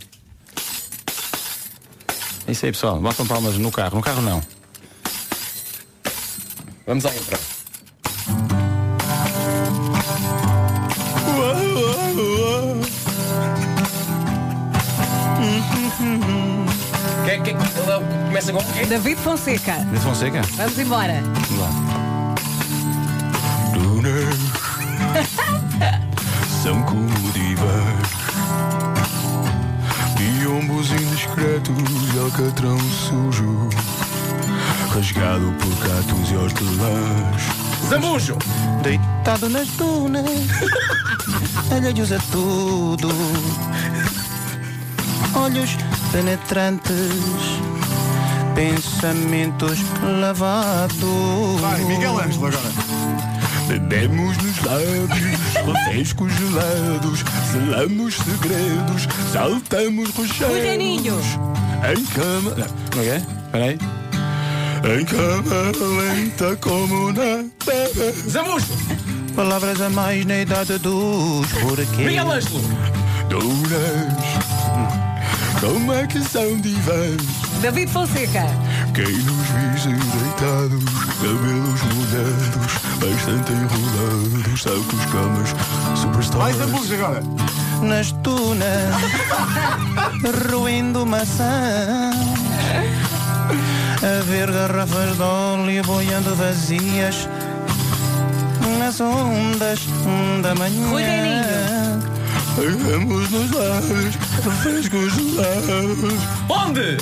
N: É isso aí, pessoal. Batam palmas no carro. No carro não.
B: Vamos à intro. Que, que, ele começa com o quê?
C: É David Fonseca.
N: David Fonseca?
C: Vamos embora.
N: Vamos lá.
Q: São como divãs E ombros indiscretos e alcatrão sujo Rasgado por gatos e hortelãs
B: Zambujo!
Q: Deitado nas dunas Alheios a tudo Olhos penetrantes Pensamentos lavados Vai, Miguel Ângelo agora
R: Bebemos nos lábios, refrescos gelados, selamos segredos, saltamos rochedos. Em cama. Não é? Peraí. Em cama lenta como na terra.
B: Zamusto!
Q: Palavras a mais na idade dos porquês.
R: Miguel
B: Ângelo!
Q: Duras. Como é que são divãs?
C: David Fonseca.
Q: Quem nos visse deitados, cabelos molhados, bastante enrolados, sacos, camas, superstars. Mais a música agora!
R: Nas dunas, roendo maçã. A ver garrafas de óleo boiando vazias nas ondas da manhã.
Q: Pegamos nos lábios, frescos lábios.
B: Onde?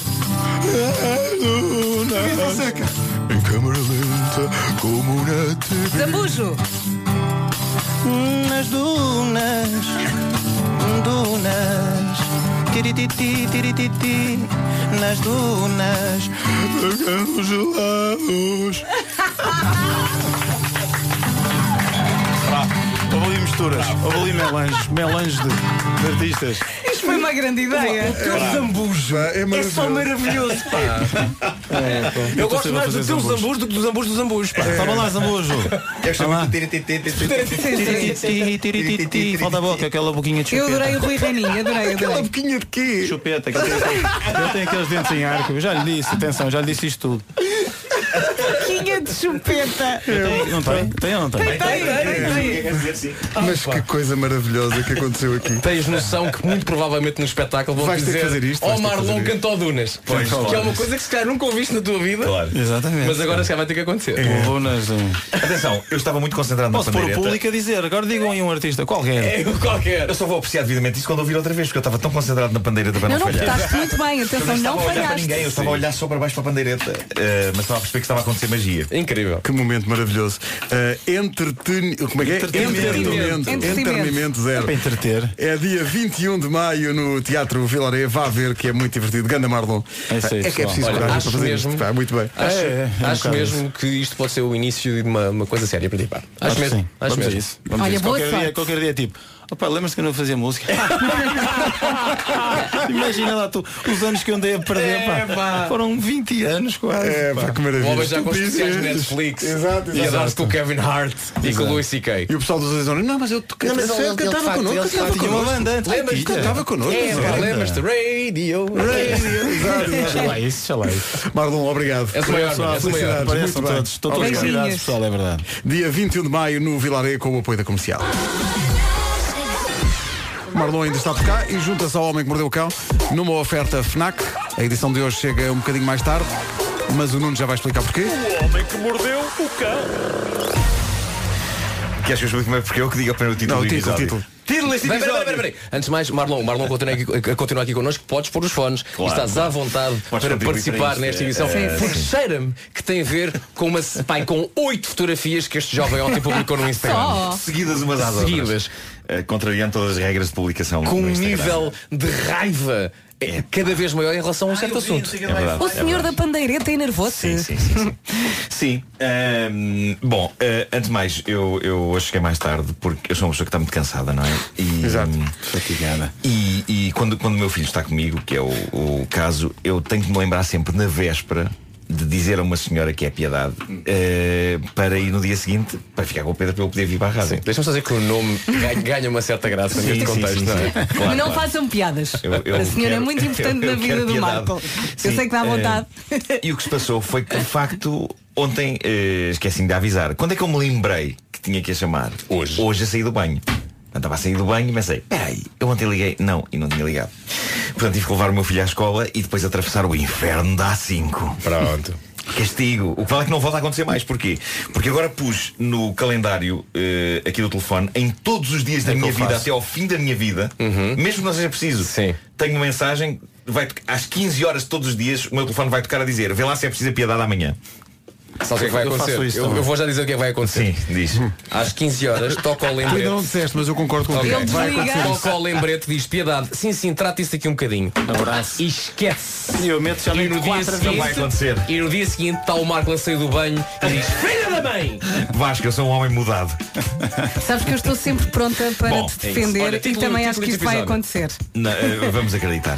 Q: Em câmara lenta, como um na TV.
C: Zambujo!
R: Nas dunas, dunas, tirititi, tirititi, nas dunas, pegamos gelados.
N: Houve ali misturas. Houve ali melanges. Melanges de, de artistas.
C: Isto foi uma grande ideia.
S: O teu
C: Pá.
S: zambujo é, só maravilhoso, É, pá. Eu gosto mais do teu zambujo do que do zambujo dos zambujos, pá. Toma lá, zambujo.
O: Eu
S: Toma lá.
N: Falta a boca, aquela boquinha de
C: Eu
N: chupeta.
C: adorei o Rui Reininho, adorei,
A: um
C: adorei.
N: boquinha de quê? Chupeta, que ele tem, ele tem aqueles dentes em arco. Eu já lhe disse, atenção, já lhe disse isto tudo.
C: Boquinha de chupeta.
N: Não tem? Tem ou não tem?
A: Mas que coisa maravilhosa que aconteceu aqui.
B: Tens noção que muito provavelmente no espetáculo vão
A: Vais ter
B: dizer
A: que fazer isto,
B: "Ó
A: vais ter que
B: Marlon
A: fazer isto."
B: Cantodunas.
A: Pois,
B: que é uma
O: claro.
B: coisa que se calhar nunca ouviste na tua vida.
N: Exatamente.
B: Mas agora se calhar vai ter que acontecer.
O: É, Atenção, eu estava muito concentrado
N: Posso
O: na
N: pôr o
O: pandeireta.
N: público a dizer, agora digam aí um artista qualquer.
O: Eu só Então vou apreciar devidamente isso quando ouvir outra vez, porque eu estava tão concentrado na pandeireta para
C: Não,
O: não,
C: não,
O: falhar.
C: estás muito bem,
O: Eu
C: atenção,
O: estava
C: não
O: a olhar para
C: falhaste.
O: ninguém, eu estava a olhar só para baixo para a pandeireta, eh, mas estava a perceber que estava a acontecer magia.
B: Incrível.
A: Que momento maravilhoso. Uh, entreten... Como é que é?
O: Entretenimento.
A: Entretenimento. Entretenimento
N: É
A: zero.
N: para entreter.
A: É dia 21 de maio no Teatro Vilaré. Vá ver que é muito divertido. Ganda Marlon.
N: É isso aí,
A: é que é
N: pessoal.
A: preciso
B: Olha,
A: coragem
B: acho
A: para fazer
B: mesmo-
A: isto. Pá, muito bem.
B: Acho,
N: É, é, é um
B: acho
N: bocado
B: mesmo que isto pode ser o início de uma, uma coisa séria para ti. Pá. Acho,
N: que
B: mesmo.
N: sim.
B: Acho
N: Vamos
B: mesmo.
N: a isso. Vamos a
B: Olha,
N: isso.
B: boa
N: Qualquer dia,
B: sorte.
N: qualquer dia, tipo, opa, lembras que eu não fazia música? Imagina lá tu, os anos que eu andei a perder, pá. Foram 20 anos quase.
A: É, pá, que maravilha.
B: O homem já com os
A: Tu
B: especiais
A: dizes.
B: Netflix.
A: Exato,
B: E a dar-se
A: exato.
B: com o Kevin Hart e com
A: Exato.
B: o Louis C.K.
A: E o pessoal dos Azuis não, mas eu toquei,
B: Não, mas ele-
A: eu
B: ele, de
A: cantava
B: facto,
A: connosco,
B: ele de
A: cantava
B: facto tinha uma
A: connosco.
B: banda antes.
A: Lembras-te?
B: Antiga.
A: Cantava connosco.
B: É,
A: essa banda.
B: lembras-te? Radio.
A: Radio, exato, exato.
N: Sei lá isso, sei lá isso.
A: Marlon, obrigado.
N: És o maior,
A: Pessoal,
N: és o maior.
A: felicidades,
N: Pareçam
A: muito bem.
N: todos, todos
A: Obrigado.
N: convidados, pessoal, é verdade.
A: Dia 21 de maio no Vilaré com o apoio da comercial. Marlon ainda está por cá e junta-se ao Homem que Mordeu o Cão numa oferta FNAC. A edição de hoje chega um bocadinho mais tarde, mas o Nuno já vai explicar porquê.
Q: O homem que mordeu o cão.
O: Que acho que eu explico primeiro porque eu que digo primeiro o título
B: Não,
O: do
B: o título,
O: episódio.
B: título. Peraí, peraí, peraí, peraí. Antes de mais, Marlon, Marlon continua aqui, eh, continua aqui connosco, podes pôr os fones e estás à vontade
O: Podes
B: para
O: contribuir para
B: participar
O: isto,
B: nesta
O: é,
B: edição.
O: é,
B: porque cheira-me que tem a ver com uma pá, com oito fotografias que este jovem ontem publicou no Instagram.
O: Seguidas umas às outras.
B: Seguidas.
O: Eh, contrariando todas as regras de publicação.
B: Com
O: no
B: um
O: Instagram.
B: nível de raiva eh, cada vez maior em relação a um certo assunto.
O: É verdade,
C: O
O: é
C: senhor da pandeireta enervou-se.
O: Sim. ahm, bom, eh, antes de mais, eu, eu hoje cheguei mais tarde porque eu sou uma pessoa que está muito cansada, não é? E, Exato.
N: Fatigada.
O: E, e quando, quando o meu filho está comigo, que é o, o caso, eu tenho que me lembrar sempre na véspera de dizer a uma senhora que é piedade eh, para ir no dia seguinte para ficar com o Pedro para eu poder vir para a rádio.
B: Deixa-me só dizer que o nome ga- ganha uma certa graça
O: Sim,
B: neste
O: sim,
B: contexto.
O: sim,
B: não é?
O: sim.
C: E
O: Claro,
C: não
O: claro.
C: façam piadas.
O: Eu- eu
C: a senhora é
O: quero-
C: muito importante
O: eu-
C: na
O: eu
C: vida
O: quero
C: do
O: piedade.
C: Marco. Eu
O: Sim,
C: sei que dá
O: eh,
C: vontade.
O: E o que se passou foi que de facto ontem eh, esqueci-me de avisar. Quando é que eu me lembrei que tinha que a chamar? Hoje. Hoje a sair do banho. Portanto, estava a sair do banho e pensei, peraí, eu ontem liguei. Não, e não tinha ligado. Portanto, tive que levar o meu filho à escola e depois atravessar o inferno da A5.
B: Pronto.
O: Castigo. O que vale é que não volta a acontecer mais. Porquê? Porque agora pus no calendário eh, aqui do telefone, em todos os dias da
B: É que
O: minha
B: eu
O: vida,
B: faço. Uhum.
O: até ao fim da minha vida, mesmo que não seja preciso, tenho uma mensagem, vai to- às 15 horas de todos os dias, o meu telefone vai tocar a dizer, vê lá se é preciso a piedade amanhã.
B: Sabe o que é que vai acontecer? eu, eu vou já dizer o que é que vai acontecer.
O: Sim, diz.
B: Às 15 horas toca o
A: Tu ainda
B: lembrete.
A: não disseste, mas eu concordo contigo.
B: Ok.
A: Vai acontecer isso.
B: Toca o lembrete, diz piedade. Sim, sim, trata isso daqui um bocadinho. Abraço. E esquece.
N: E eu meto já
B: e no dia
N: quatro vezes.
B: seguinte,
N: Vai
O: acontecer.
B: E no dia seguinte está o Marco a sair do banho e diz Filha da mãe!
O: Vasco, eu sou um homem mudado.
C: Sabes que eu estou sempre pronta para
O: Bom,
C: te
O: é isso.
C: defender
O: Olha,
C: e
O: título-
C: também
O: título
C: acho que
O: deste
C: isso vai
O: episódio.
C: acontecer.
O: Na- eh, vamos acreditar.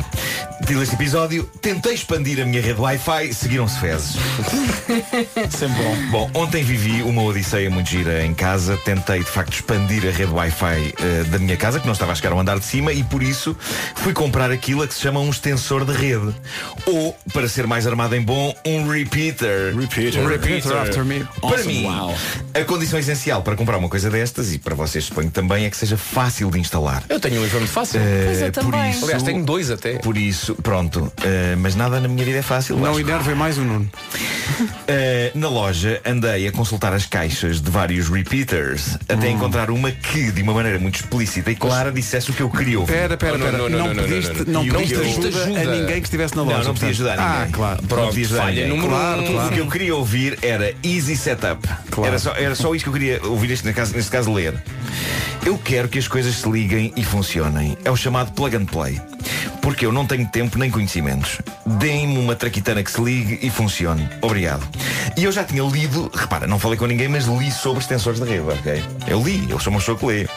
O: Título deste episódio, tentei expandir a minha rede Wi-Fi, seguiram-se fezes.
N: Sempre bom.
O: Bom, ontem vivi uma odisseia muito gira em casa. Tentei, de facto, expandir a rede Wi-Fi eh, da minha casa, que não estava a chegar ao andar de cima, e por isso fui comprar aquilo a que se chama um extensor de rede. Ou, para ser mais armado em bom, um repeater.
N: Repeater.
O: Um
N: Repeater after me.
O: Para
N: Awesome.
O: mim,
N: Wow.
O: a condição essencial para comprar uma coisa destas, e para vocês suponho também, é que seja fácil de instalar.
B: Eu tenho um livro muito fácil.
O: Eh,
B: Pois eu
O: por
B: também.
O: isso,
B: Aliás, tenho dois até.
O: Por isso, pronto. eh, mas nada na minha vida é fácil.
A: Não
O: Vasco.
A: enervem mais o Nuno.
O: Uh, na loja andei a consultar as caixas de vários repeaters até encontrar uma que, de uma maneira muito explícita e clara, dissesse o que eu queria ouvir.
A: Espera, espera, espera. Não, pediste, não, pediste ajuda, a ninguém que estivesse na loja.
O: Não, não podia
A: portanto.
O: ajudar a ninguém.
A: Ah, claro.
O: Não podia ajudar a
A: Falha
O: ninguém.
A: número
O: Claro,
A: um.
O: tudo O que eu queria ouvir era easy setup. Era, só, era só isso que eu queria ouvir, neste caso, neste caso, ler. Eu quero que as coisas se liguem e funcionem. É o chamado plug and play. Porque eu não tenho tempo nem conhecimentos. Deem-me uma traquitana que se ligue e funcione. Obrigado. E eu já tinha lido, repara, não falei com ninguém, mas li sobre extensores de rede, ok? Eu li, eu sou uma pessoa que lê.
B: Não,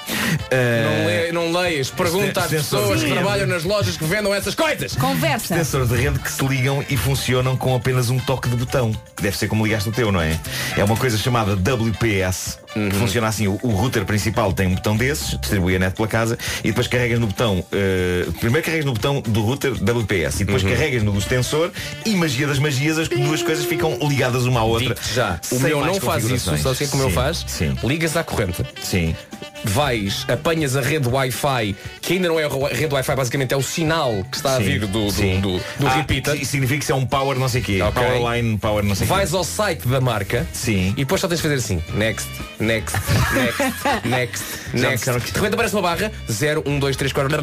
O: Ah,
B: le- É, não leias, pergunta às
O: Extensores
B: pessoas
O: de
B: que
O: rede.
B: trabalham nas lojas que vendam essas coisas.
C: Conversa.
O: Extensores de rede que se ligam e funcionam com apenas um toque de botão, que deve ser como ligaste o teu, não é? É uma coisa chamada WPS,
B: Uhum.
O: que funciona assim, o, o router principal tem um botão desses, distribui a net pela casa, e depois carregas no botão, eh, primeiro carregas no botão do router WPS, e depois
B: Uhum.
O: carregas no do extensor, e magia das magias, as duas coisas ficam ligadas uma à outra. Já,
B: O meu não faz isso, sabes o que é que o meu faz? Ligas à corrente.
O: Sim.
B: Vais, apanhas a rede Wi-Fi, que ainda não é a rede Wi-Fi, basicamente é o sinal que está a
O: Sim,
B: vir do, do,
O: sim.
B: do, do
O: Ah,
B: repeater.
O: que significa que isso é um power não sei o quê.
B: Ok.
O: Powerline, power não sei o quê.
B: Vais ao site da marca
O: Sim.
B: e depois só tens de fazer assim, next, next, next, next, next. De repente aparece uma barra, um, 0, 1, 2, 3, 4,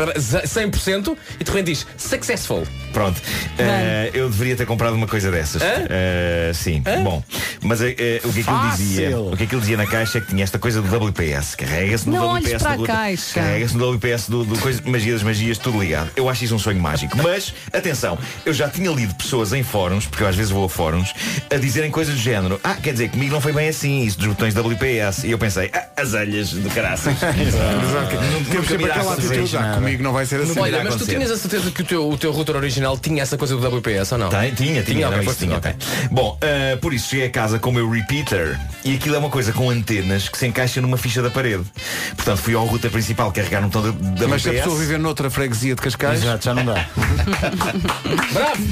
B: 100% e de repente diz successful.
O: Pronto. Eh, eu deveria ter comprado uma coisa dessas.
B: Hã?
O: Eh, sim. Bom. Mas eh, eh, o que aquilo
B: Fácil.
O: dizia? O que aquilo dizia na caixa é que tinha esta coisa do WPS. Carrega-se no
C: Não olhes
O: WPS
C: para a
O: do
C: caixa.
O: Carrega-se no WPS do, do coisa, magia das magias, tudo ligado. Eu acho isso um sonho mágico. Mas, atenção, eu já tinha lido pessoas em fóruns, porque eu às vezes vou a fóruns, a dizerem coisas do género. Ah, quer dizer, comigo não foi bem assim, isso dos botões WPS. E eu pensei, ah, as alhas do caraças. assim.
A: Exato. Temos sempre aquela atitude, ah, comigo não vai ser assim.
B: Olha, mas tu tinhas a certeza que o teu, o teu router original tinha essa coisa do WPS ou não?
O: Tem, tinha, tinha,
B: Tinha, ok,
O: não, isso
B: pois
O: tinha,
B: tinha,
O: ok. Bom, ah, por isso cheguei a casa com o meu repeater e aquilo é uma coisa com antenas que se encaixa numa ficha da parede. Portanto, fui ao router principal carregar um botão da, da
A: Mas se a
O: WPS.
A: pessoa viver noutra freguesia de Cascais.
O: Exato, já não dá.
B: Bravo!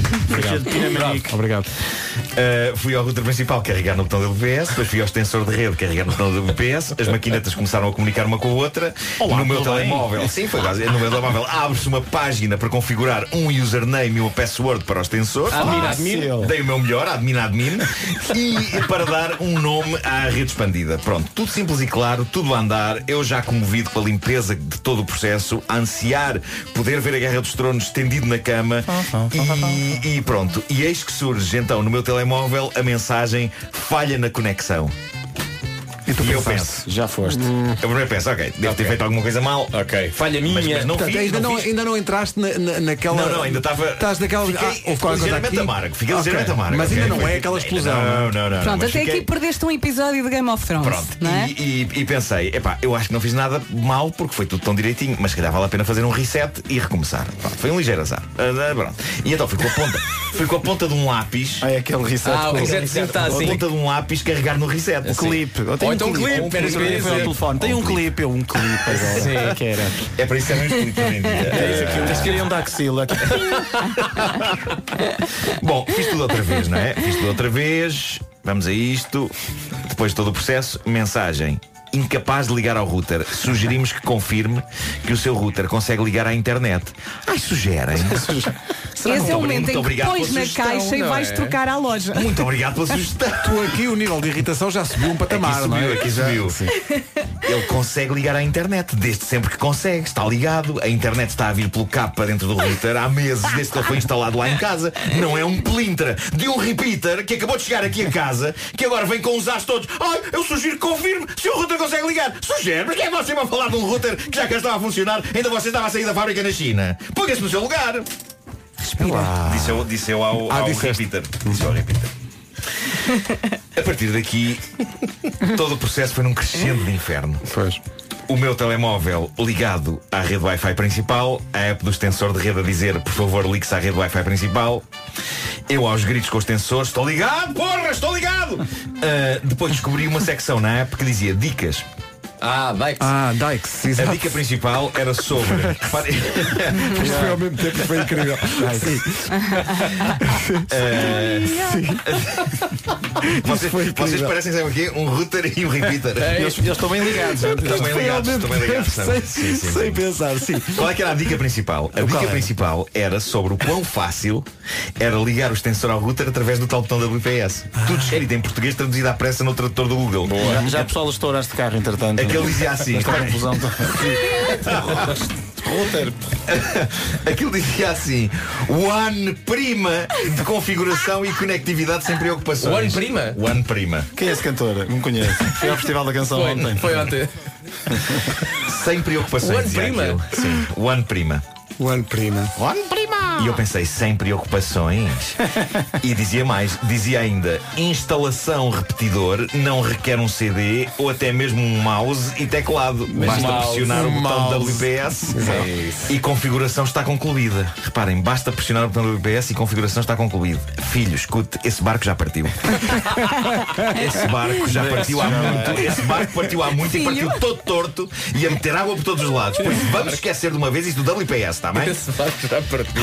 O: Obrigado. Ah, fui ao router principal carregar no botão da WPS, depois fui ao extensor de rede carregar no botão da WPS, as maquinetas começaram a comunicar uma com a outra.
N: Olá,
O: no meu
N: tudo bem?
O: telemóvel, sim, foi quase. No meu telemóvel abre-se uma página para configurar um username e uma password para o extensor.
B: Admin, admin.
O: Fácil. Dei o meu melhor, admin, admin. E para dar um nome à rede expandida. Pronto, tudo simples e claro, tudo a andar. Eu já comovido com a limpeza de todo o processo, a ansiar poder ver a Guerra dos Tronos estendido na cama. E, e pronto. E eis que surge então no meu telemóvel a mensagem falha na conexão. E, eu penso,
N: já foste.
O: eu primeiro penso, ok, devo ter feito alguma coisa mal. Ok. Falha minha. Mas, mas não
A: Portanto,
O: fiz,
A: ainda,
O: não
A: não,
O: fiz.
A: ainda não entraste na- na- naquela.
O: Não, não, ainda estava.
A: Estás naquela.
O: Fiquei
A: ah, houve qualquer coisa
O: ligeiramente
A: aqui.
O: amargo. Fiquei
A: Ok.
O: ligeiramente amargo.
A: Mas ainda
O: ok?
A: não é
O: Foi-
A: aquela explosão.
O: Não, não, não.
C: Pronto,
O: mas
C: até
O: fiquei-
C: aqui perdeste um episódio de Game of Thrones.
O: Pronto,
C: Não é?
O: e, e- e pensei, epá, eu acho que não fiz nada mal porque foi tudo tão direitinho, mas se calhar vale a pena fazer um reset e recomeçar. Pronto, foi um ligeiro azar. Ah, ah, pronto. E então fui com a ponta, fui com a ponta de um lápis. Ah, é aquele
N: reset Ah, o com- resetzinho tá assim.
O: ponta de um lápis carregar no reset. então
N: Um clipe. Ou tem um clipe, ou um clipe. Foi ao telefone. Tem um clipe, eu um clipe agora.
O: Sim.
N: É que era.
O: É para isso que é muito clipe hoje em dia.
N: É isso aqui, eles
A: Um
N: queriam dar axila.
O: Bom, fiz tudo outra vez, não é? Fiz tudo outra vez, vamos a isto. Depois de todo o processo, mensagem. Incapaz de ligar ao router, sugerimos que confirme que o seu router consegue ligar à internet. Ai, sugerem.
C: Esse é o momento
O: Muito
C: em que
O: obrigado
C: pões
O: pela
C: na
O: sugestão,
C: caixa e
O: não
C: vais
O: é?
C: trocar à loja.
O: Muito obrigado pela sugestão.
A: Tu aqui o nível de irritação já subiu um patamar,
O: Aqui
A: não
O: subiu,
A: é?
O: aqui
A: Já-
O: subiu.
A: sim.
O: Ele consegue ligar à internet, desde sempre que consegue, está ligado, a internet está a vir pelo cabo para dentro do router há meses, desde que ele foi instalado lá em casa. Não é um pelintra de um repeater que acabou de chegar aqui a casa, que agora vem com os as todos. Ai, eu sugiro que confirme se o router consegue ligar. Sugere, mas quem é você vai falar de um router que já cá estava a funcionar, ainda você estava a sair da fábrica na China? Ponha-se no seu lugar. Disse eu, disse eu ao, ao repeater. Disse ao repeater. A partir daqui, todo o processo foi num crescendo de inferno. O meu telemóvel ligado à rede Wi-Fi principal, a app do extensor de rede a dizer, por favor, ligue-se à rede Wi-Fi principal. Eu aos gritos com os extensores, estou ligado, porra, estou ligado! Ah, depois descobri uma secção na app que dizia dicas.
B: Ah, Dykes.
A: Ah, Dykes,
O: A dica principal era sobre. Reparem-
A: Isto foi ao mesmo tempo que foi incrível.
O: Eh, vocês,
N: foi incrível.
O: vocês parecem, sabe o quê? Um router e um repeater.
N: É, eles- eles estão bem ligados, hein?
O: Estão
N: Foi
O: bem
N: ao
O: ligados,
N: mesmo
O: estão bem ligados.
N: tempo,
O: estão-
N: sem-
A: sem pensar, sim.
O: Qual é que era a dica principal? A
N: O Então qual
O: dica
N: era?
O: principal era sobre o quão fácil era ligar o extensor ao router através do tal botão WPS.
N: Ah.
O: Tudo escrito em português, traduzido à pressa no tradutor do Google.
N: Já, já pessoal estouraste de carro, entretanto.
O: Aquele dizia assim.
N: Esta confusão toda.
O: Router. Aquilo dizia assim, One Prima de configuração e conectividade sem preocupações.
N: One Prima?
O: One Prima.
N: Quem é esse cantor? Não conheço. Foi ao Festival da Canção
O: Foi-
N: ontem.
O: foi ontem. Sem preocupações.
N: One
O: dizia
N: Prima?
O: aquilo. Sim, One Prima.
A: One Prima.
O: One Prima. E eu pensei, sem preocupações. e dizia mais, dizia ainda, instalação repetidor não requer um CD ou até mesmo um mouse e teclado.
Q: Um
O: basta
Q: mouse,
O: pressionar o
Q: um
O: botão
Q: mouse. É
O: WPS
Q: Exato.
O: e configuração está concluída. Reparem, basta pressionar o botão WPS e configuração está concluído. Filho, escute, esse barco já partiu. Esse barco já partiu há muito. Esse barco partiu há muito e
Q: Filho.
O: partiu todo torto e a meter água por todos os lados. Pois vamos esquecer de uma vez isso do WPS, está tá bem?
Q: Esse
O: barco já partiu.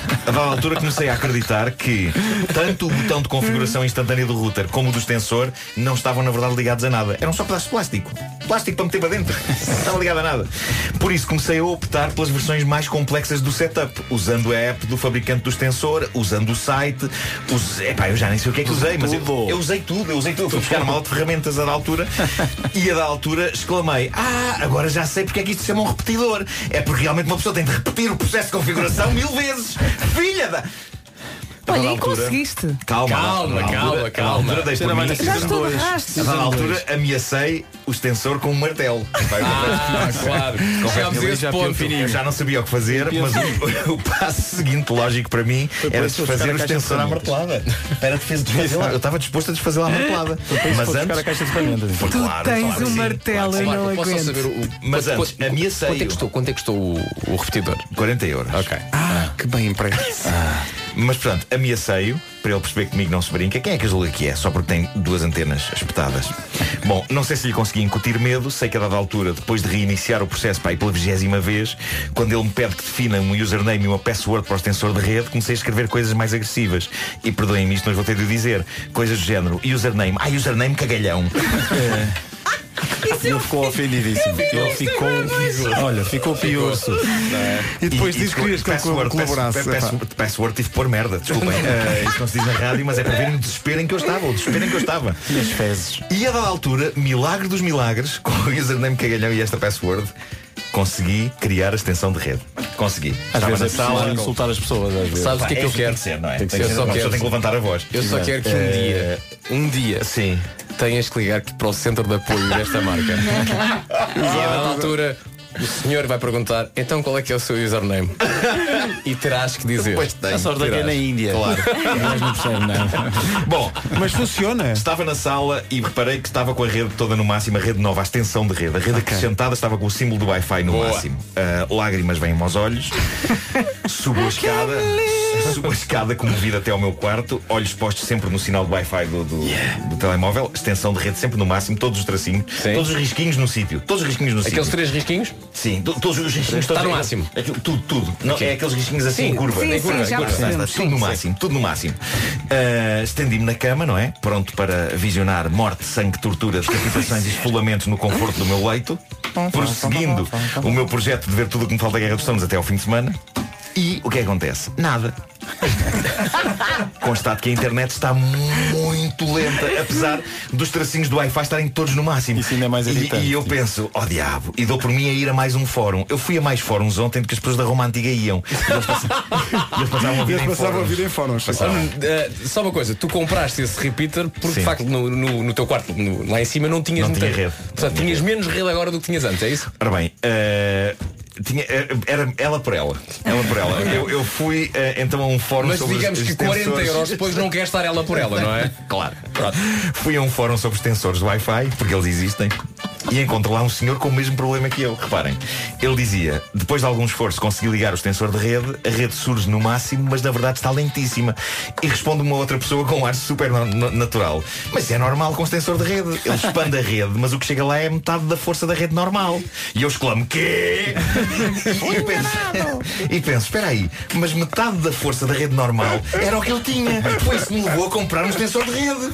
O: A dada altura comecei a acreditar que tanto o botão de configuração instantânea do router como o do extensor não estavam na verdade ligados a nada. Eram só pedaços de plástico. Plástico para meter para dentro. Não estava ligado a nada. Por isso comecei a optar pelas versões mais complexas do setup, usando a app do fabricante do extensor, usando o site, us... Epá, eu já nem sei o que é que usei, mas eu, eu usei tudo, eu usei tudo. Fui buscar mal de ferramentas a da altura e a da altura exclamei, ah, agora já sei porque é que isto se chama um repetidor. É porque realmente uma pessoa tem de repetir o processo de configuração mil vezes. Filha da. A dada
C: Olha, e
O: altura-
C: conseguiste.
O: Calma,
Q: Calma,
O: a dada
Q: calma,
O: altura- a dada
Q: calma.
O: altura dei
Q: Você
O: por
Q: não vai
O: mim.
Q: ter Já estou de rastos.
O: A dada
Q: Season
O: altura ameacei o extensor com um martelo. Vai,
Q: Ah,
O: confesso.
Q: claro. Chegámos
O: Confesso que ali
Q: a esse
O: já
Q: ponto.
O: pior- Eu já não sabia o que fazer,
Q: Pior-
O: mas o, o passo seguinte, lógico para mim,
Q: por
O: era
Q: isso que eu
O: desfazer
Q: fui buscar
O: o
Q: a
O: extensor à
Q: caixa de
O: martelada. Era defesa desfazê-la. Eu estava disposto a desfazê-la à martelada.
Q: Foi por isso que
O: Mas
Q: foste buscar
O: antes.
Q: a caixa de ferramentas.
O: Foi
Q: Tu
O: claro,
A: assim.
Q: tens
O: claro que
Q: um
O: sim,
Q: martelo,
O: claro que sim.
Q: eu não
O: Posso
Q: aguento.
O: saber o- o- Mas
B: Quanto-
O: antes,
B: quanto-
O: ameacei.
B: Quanto é que custou, quanto é que custou o, o repetidor?
O: 40 euros.
B: Ok.
A: Que bem preço.
O: Mas pronto, ameacei-o para ele perceber que comigo não se brinca. Quem é que julga que é? Só porque tem duas antenas espetadas. Bom, não sei se lhe consegui incutir medo. Sei que a dada altura, depois de reiniciar o processo para ir pela vigésima vez, quando ele me pede que defina um username e uma password para o extensor de rede, comecei a escrever coisas mais agressivas. E perdoem-me isto, mas vou ter de o dizer. Coisas do género. Username. Ah, username cagalhão.
A: é
N: Ele ficou ofendidíssimo. Ele ficou Olha, ficou pior.
A: é?
O: E depois diz que querias que
N: eu colaborasse,
O: Peço, peço,
N: epá.
O: password tive de pôr merda, desculpem. Eh, isto não se diz na rádio, mas é para verem o desespero em que eu estava, o desespero em que eu estava. E as fezes. E a dada altura, milagre dos milagres, com o username cagalhão e esta password, consegui criar a extensão de rede. Consegui.
N: Às
O: Estava
N: vezes
O: na
N: é preciso
O: sala.
N: insultar as pessoas. Às vezes.
O: Sabes o que é que eu quero? Tem que ser,
B: Eu só
O: uma pessoa
B: quero-
O: tem que levantar a voz.
B: Eu só
O: Exato.
B: quero que um
O: Eh,
B: dia, um dia, sim. tenhas que ligar para o centro de apoio desta marca. e a dada altura o senhor vai perguntar, então qual é que é o seu username? e terás que dizer.
N: Pois tem, A sorte é que é na Índia.
O: Claro.
N: Mas não percebe, não.
O: Bom,
A: mas funciona.
O: Estava na sala e reparei que estava com a rede toda no máximo, a rede nova, a extensão de rede. A rede acrescentada estava com o símbolo do Wi-Fi no
Q: Boa.
O: máximo. Ah, lágrimas vêm-me aos olhos. Subo a escada. Subo a escada comovida até ao meu quarto, olhos postos sempre no sinal do Wi-Fi do, do- do telemóvel, extensão de rede sempre no máximo, todos os tracinhos, todos os risquinhos no sítio, todos os risquinhos no sítio.
B: Aqueles três risquinhos?
O: Sim, to- todos os risquinhos
B: Está no
O: todos-
B: máximo.
O: Aquilo- tudo, tudo. Não,
B: Ok.
O: É aqueles risquinhos assim
B: Sim,
O: em curva.
B: sim,
O: em
B: sim,
O: curva,
B: já
O: em curva.
B: percebemos.
O: Tudo no máximo, tudo no máximo. Ah, Estendi-me na cama, não é? Pronto para visionar morte, sangue, tortura, decapitações e esfolamentos no conforto do meu leito, prosseguindo o meu projeto de ver tudo o que me falta da Guerra dos Tronos até ao fim de semana. E o que é que acontece? Nada. Constato que a internet está muito lenta, apesar dos tracinhos do Wi-Fi estarem todos no máximo. Isso ainda é mais
N: irritante.
O: E, eu penso, ó diabo, e dou por mim a ir a mais um fórum. Eu fui a mais fóruns ontem do que as pessoas da Roma Antiga iam. E Eles passavam, eles passavam a vida
A: Eles
O: em
A: passavam a
O: fóruns.
A: vida em fóruns.
O: Passavam.
B: Ah, só uma coisa, tu compraste esse repeater porque de facto no, no- no teu quarto, no- lá em cima, não tinhas
O: Não
B: muita
O: tinha rede.
B: Portanto, tinhas menos rede agora do que tinhas antes, é isso?
O: Ora bem, eh, tinha, eh, era ela por ela. Ela por ela. Eu, eu fui eh, então a um fórum
B: Mas
O: sobre os
B: digamos que 40
O: extensores.
B: euros depois não quer estar ela por ela, não é?
O: Claro. Pronto. Fui a um fórum sobre extensores de Wi-Fi, porque eles existem, e encontro lá um senhor com o mesmo problema que eu. Reparem, ele dizia, depois de algum esforço consegui ligar o extensor de rede, a rede surge no máximo, mas na verdade está lentíssima. E responde uma outra pessoa com um ar super no- no- natural. Mas é normal com o extensor de rede. Ele expande a rede, mas o que chega lá é metade da força da rede normal. E eu exclamo, quê? E eu penso, e penso, espera aí, mas metade da força da rede normal era o que ele tinha. Foi isso que me levou a comprar um extensor de rede.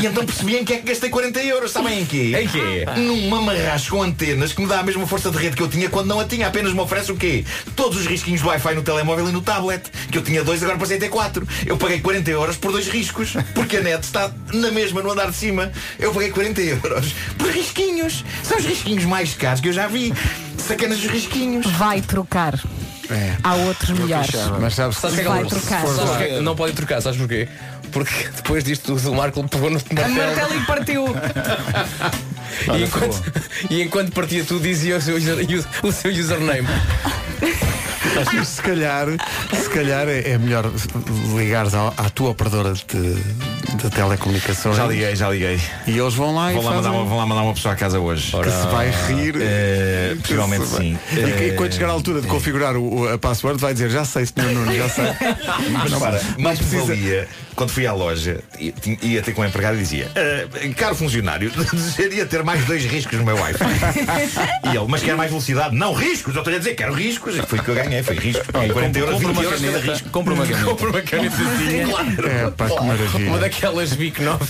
O: E então percebi em que é que gastei 40 euros. Sabem em quê?
B: Em quê?
O: Num mamarracho com antenas que me dá a mesma força de rede que eu tinha quando não a tinha. Apenas me oferece o quê? Todos os risquinhos do Wi-Fi no telemóvel e no tablet. Que eu tinha dois, agora passei a ter quatro. Eu paguei 40 euros por dois riscos. Porque a net está na mesma, no andar de cima. Eu paguei 40 euros por risquinhos. São os risquinhos mais caros que eu já vi. Sacanas os risquinhos.
C: Vai trocar.
A: É.
C: Há outros melhores.
B: Sabes que é que
C: vai
B: não-
C: trocar.
B: sabes que é que não podem trocar, sabes porquê? Porque depois disto tudo, o Marco pegou no
C: A
B: martelo.
C: martelo e partiu.
B: e, enquanto, e enquanto partia tu dizia o seu, user- o seu username.
A: Mas se calhar, se calhar é é melhor ligares à, à tua operadora de, de telecomunicações.
O: Já liguei, já liguei.
A: E eles vão lá e
O: vão lá, mandar
A: fazem- um
O: uma, vão lá mandar uma pessoa à casa hoje.
A: Que se vai rir.
O: Eh, possivelmente
A: se vai-
O: sim.
A: E, que- e
O: Eh,
A: quando chegar à altura de configurar o- o- a password, vai dizer: Já sei, senhor Nuno, já sei.
O: Mas
A: Não-
O: para,
A: não
O: mais
A: precisa-
O: valia, quando fui à loja, ia, tinha- ia ter com o empregado e dizia, "Ah, caro funcionário, desejaria ter mais dois riscos no meu Wi-Fi. e ele, mas quer mais velocidade? Não, riscos, eu estou a dizer, quero riscos. E foi o que eu ganhei, foi riscos. Paguei 40 euros,
B: compra
O: 20
B: uma
O: euros cada
B: caneta,
O: risco.
B: compra uma caneta.
O: Compra uma canetazinha. Claro.
A: É, pá, que
B: Uma
A: maravilha.
B: daquelas bico novas.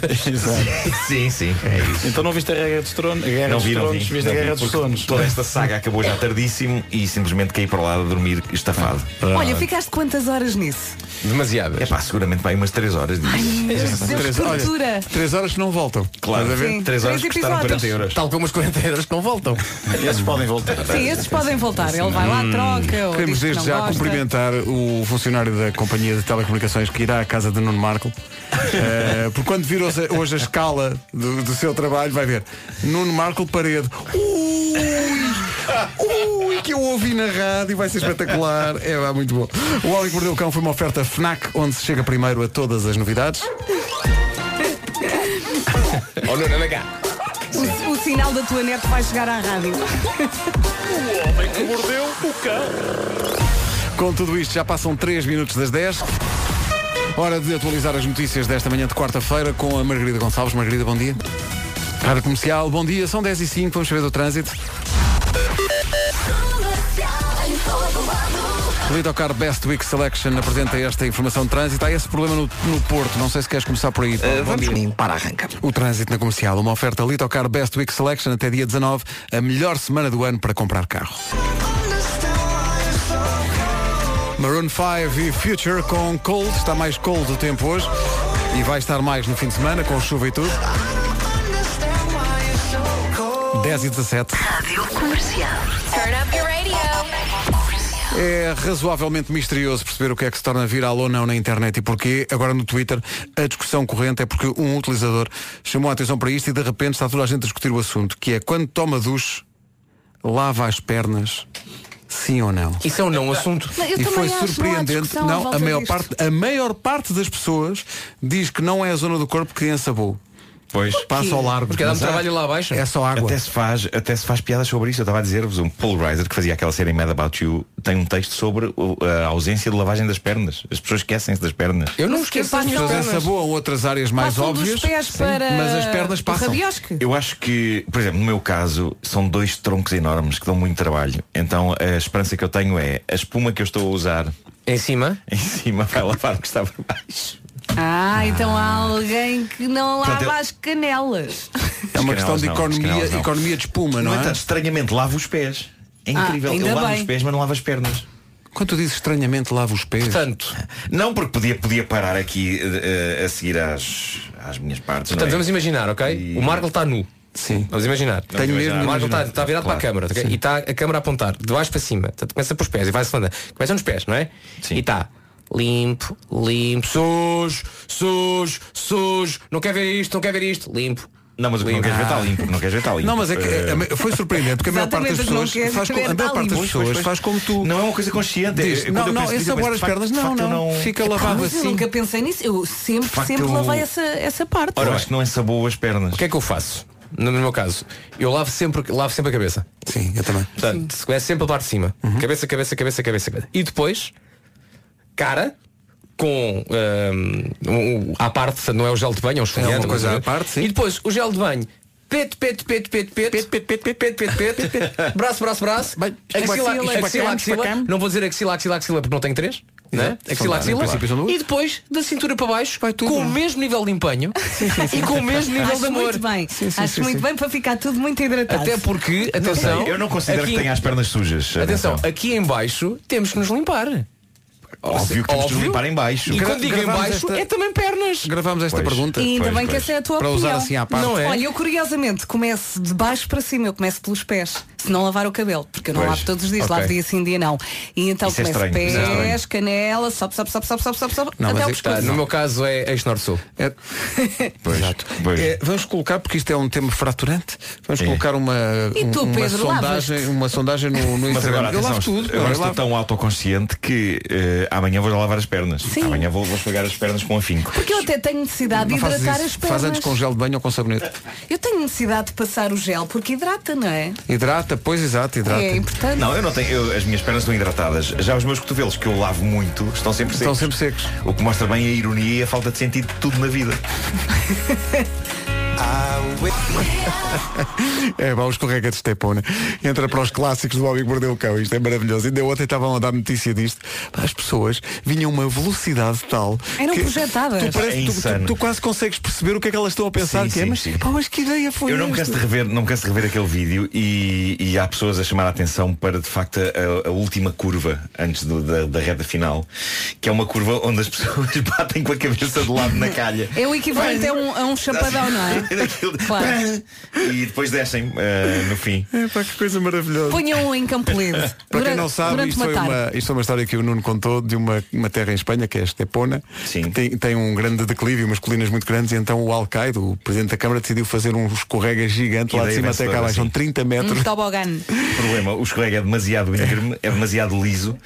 O: Sim, sim, é isso.
N: Então não viste a Guerra dos Tronos? A Guerra
O: não
N: dos
O: vi, não
N: Tronos,
O: vi.
N: viste
O: não
N: a
O: vi,
N: Guerra dos
O: porque
N: Tronos.
O: Toda esta saga acabou já tardíssimo e simplesmente caí para lá a dormir estafado.
C: Olha, ficaste quantas horas nisso?
O: demasiado. É pá, seguramente vai umas 3 horas disso.
A: Três-
C: que
A: olha,
C: tortura.
A: três horas que não voltam.
O: Claro,
A: Estás a ver?
C: Sim, Três horas três custaram episódios. 40 euros.
B: Tal como os 40 euros que não voltam.
N: Esses podem voltar.
C: Sim, esses podem voltar. Ele vai lá, troca. ou diz
A: Hum. Queremos
C: que
A: desde
C: não
A: já
C: gosta.
A: cumprimentar o funcionário da companhia de telecomunicações que irá à casa de Nuno Marco. Eh, porque quando vir hoje, a- hoje a escala do, do seu trabalho, vai ver Nuno Marco Parede. Ui, ui, que eu ouvi na rádio, vai ser espetacular. É pá, muito bom. O Homem que Mordeu o Cão foi uma oferta Fnac, onde se chega primeiro a todas as novidades.
B: Olha, anda cá.
C: O, o sinal da tua net vai chegar à rádio.
Q: O homem que mordeu o cão.
A: Com tudo isto, já passam 3 minutos das 10. Hora de atualizar as notícias desta manhã de quarta-feira com a Margarida Gonçalves. Margarida, bom dia. Rádio Comercial, bom dia. São 10 e 5 vamos saber do trânsito. Lidocar Best Week Selection apresenta esta informação de trânsito. Há esse problema no, no Porto, não sei se queres começar por aí. Paulo. Bom
F: vamos
A: dia.
F: limpar a arranca.
A: O trânsito na comercial, uma oferta Litocar Best Week Selection até dia 19, a melhor semana do ano para comprar carro. Maroon 5 e Future com Cold, está mais cold o tempo hoje e vai estar mais no fim de semana com chuva e tudo. 10 e 17.
D: Comercial. Turn up your radio.
A: É razoavelmente misterioso perceber o que é que se torna viral ou não na internet e porquê. Agora no Twitter, a discussão corrente é porque um utilizador chamou a atenção para isto e de repente está toda a gente a discutir o assunto, que é quando toma duche, lava as pernas, sim ou não.
B: Isso é um não assunto.
A: Não, eu E também foi acho, não há surpreendente. discussão à Não, volta a maior disto. parte- a maior parte das pessoas diz que não é a zona do corpo que ensabou.
O: Pois.
A: Passa ao largo.
O: Porque dá-me trabalho lá
B: abaixo.
A: É só água.
O: Até se faz, até se faz piadas sobre isso. Eu estava a dizer-vos, um polarizer que fazia aquela série Mad About You tem um texto sobre o- a ausência de lavagem das pernas. As pessoas esquecem-se das pernas.
B: Eu não
C: Mas que
B: esqueço das
C: passam-
B: minhas
A: Mas
B: pernas.
A: ensaboam outras áreas mais
C: Passam dos
A: óbvias,
C: pés para
A: mas as pernas
C: o
A: passam.
C: rabiosque.
O: Eu acho que, por exemplo, no meu caso, são dois troncos enormes que dão muito trabalho. Então a esperança que eu tenho é a espuma que eu estou a usar
B: em cima,
O: em cima vai lavar o que está por baixo.
C: Ah, então há alguém que não lava
O: Portanto, eu-
C: as canelas.
A: É uma questão
O: As canelas
A: de
O: não, as
A: economia,
O: canelas não.
A: economia de espuma,
O: No
A: não é?
O: entanto, estranhamente, lavo os pés. É
C: Ah,
O: incrível.
C: ainda
O: eu lavo
C: bem.
O: os pés, mas não lavo as pernas.
A: Quando tu dizes estranhamente lavo os pés.
B: Portanto,
O: Não, porque podia, podia parar aqui eh, eh, a seguir às, às minhas partes.
B: Portanto,
O: não é?
B: vamos imaginar, ok? O Marco está nu.
A: Sim.
B: Vamos imaginar.
O: Tenho Vamos mesmo imaginar.
B: O Marco está,
O: imaginar.
B: está virado
O: Claro.
B: para a câmara tá ok? e está a câmara a apontar de baixo para cima. Portanto, começa para os pés e vai-se andando. Começa nos pés, não é? Sim. E está limpo, limpo, sujo, sujo, sujo. Não quer ver isto, não quer ver isto. Limpo.
O: Não, mas o que não queres ver está limpo. o que Não queres ver tá está limpo.
A: Não, mas é que é, é, foi surpreendente porque a maior parte das
O: Exatamente, não
A: pessoas
O: quer
A: faz como,
O: ver
A: a maior parte das
O: ali. Pois,
A: pessoas
O: pois,
A: faz como tu.
O: Não é uma coisa consciente.
A: Diz,
O: Eu- quando
A: não,
O: eu
A: não,
O: penso
A: é
O: nisso, eu penso,
A: saboar
O: de
A: as
O: facto-
A: pernas.
O: de
A: Não,
O: facto eu
A: não. Fica lavado
C: Mas eu
A: assim.
C: nunca pensei nisso. Eu sempre,
O: facto,
C: sempre
O: eu-
C: lavei essa, essa parte.
O: Ora, eu acho que não é sabor as pernas.
B: O que é que eu faço? No meu caso, eu lavo sempre, lavo sempre a cabeça.
A: Sim, eu também.
B: Portanto, se conhece sempre a parte de cima. Cabeça, cabeça, cabeça, cabeça, cabeça. E depois, cara, com hum, um, um, à parte, portanto, não é o gel de banho, é um esfoliante.
A: uma coisa
B: não é?
A: à parte, sim.
B: E depois, o gel de banho. Peto, peto, peto, peto, peto, peto, peto, peto, peto, peto, peto, peto, braço, braço, braço, axila,
A: espacam,
B: axila,
A: espacam,
B: axila,
A: espacam.
B: não vou dizer axila, axila, axila, porque não tenho três, né?
A: Exato.
B: axila,
A: São- em
B: axila,
A: princípio são duas.
B: e depois, da cintura para baixo, com o mesmo nível de empenho e com o mesmo nível
C: Acho
B: de amor.
C: muito bem.
B: sim,
C: Acho
B: sim,
C: muito
B: sim.
C: bem para ficar tudo muito hidratado.
B: Até porque, atenção,
O: Eu não considero
B: aqui-
O: que tenha as pernas sujas.
B: Atenção, aqui em baixo temos que nos limpar.
O: Óbvio que temos de limpar em baixo.
B: E quando digo em
O: Gravamos
B: baixo,
O: esta-
B: é também pernas.
A: Gravamos esta pergunta.
C: E ainda bem que essa é a tua opinião.
A: Não é?
C: Olha, eu curiosamente começo de baixo para cima, eu começo pelos pés. Se não lavar o cabelo, porque eu não
O: Pois.
C: lavo todos os dias,
O: Ok.
C: lavo dia sim, dia não. E então
B: Isso é
C: começo
B: estranho,
C: pés,
B: isso é estranho.
C: canela, sobe, sobe, sobe, sobe, sobe, sobe, sobe até o pescoço.
B: no meu caso é ex-norte-sul.
A: Exato. É, vamos colocar, porque isto é um tema fraturante, vamos colocar uma,
C: E tu,
A: um- uma
C: Pedro,
A: sondagem, uma sondagem no, no
O: Mas
A: Instagram.
O: agora,
A: é eu
O: atenção,
A: lavo tudo.
O: agora
A: eu
O: estou
A: lavo.
O: tão autoconsciente que eh, amanhã vou lavar as pernas. Amanhã vou, vou esfregar as pernas com afinco.
C: Porque eu até tenho necessidade de
O: Não fazes
C: hidratar
O: isso.
C: as pernas.
O: Faz antes
A: Com gel de banho ou com sabonete.
C: Eu tenho necessidade de passar o gel, porque hidrata, não é?
A: Hidrata, pois exato, hidrata.
C: É importante.
O: Não, eu não tenho. eu- as minhas pernas estão hidratadas. Já os meus cotovelos, que eu lavo muito, estão sempre secos. Estão sempre
A: secos.
O: O que mostra bem a ironia e a falta de sentido de tudo na vida.
A: É, vá, os escorrega de estepona. Entra para os clássicos do Homem que Mordeu o Cão. Isto é maravilhoso. Ainda ontem estavam a dar notícia disto. Pá, As pessoas vinham a uma velocidade tal.
C: Eram
A: que
C: projetadas.
A: Tu, parece-
O: É
A: tu- tu-
O: insano.
A: tu quase consegues perceber o que é que elas estão a pensar.
O: Sim,
A: que é,
O: sim,
A: mas,
O: sim.
A: pá, mas que ideia foi
O: Eu não me
A: esta?
O: canso de rever, não me canso de rever aquele vídeo e, e há pessoas a chamar a atenção para de facto a, a última curva antes do- da, da reta final, que é uma curva onde as pessoas batem com a cabeça do lado na calha.
C: É o equivalente a um, a um chapadão, não é?
O: Daquilo-
C: Claro.
O: E depois descem eh, no fim.
A: É, pá, que coisa maravilhosa.
C: Ponham um em Campo Lido.
A: Para quem
C: Durante-
A: não sabe,
C: durante
A: isto, foi
C: tarde.
A: uma, isto é uma história que o Nuno contou de uma, uma terra em Espanha, que é Estepona, que tem, tem um grande declive, umas colinas muito grandes, e então o Alcaide, o Presidente da Câmara, decidiu fazer um escorrega gigante lá de
O: Ideia
A: cima até cá
O: vencedora,
A: abaixo. São
O: sim.
A: 30 metros.
C: Um tobogã.
O: O problema, o escorrega é demasiado íngreme, é demasiado liso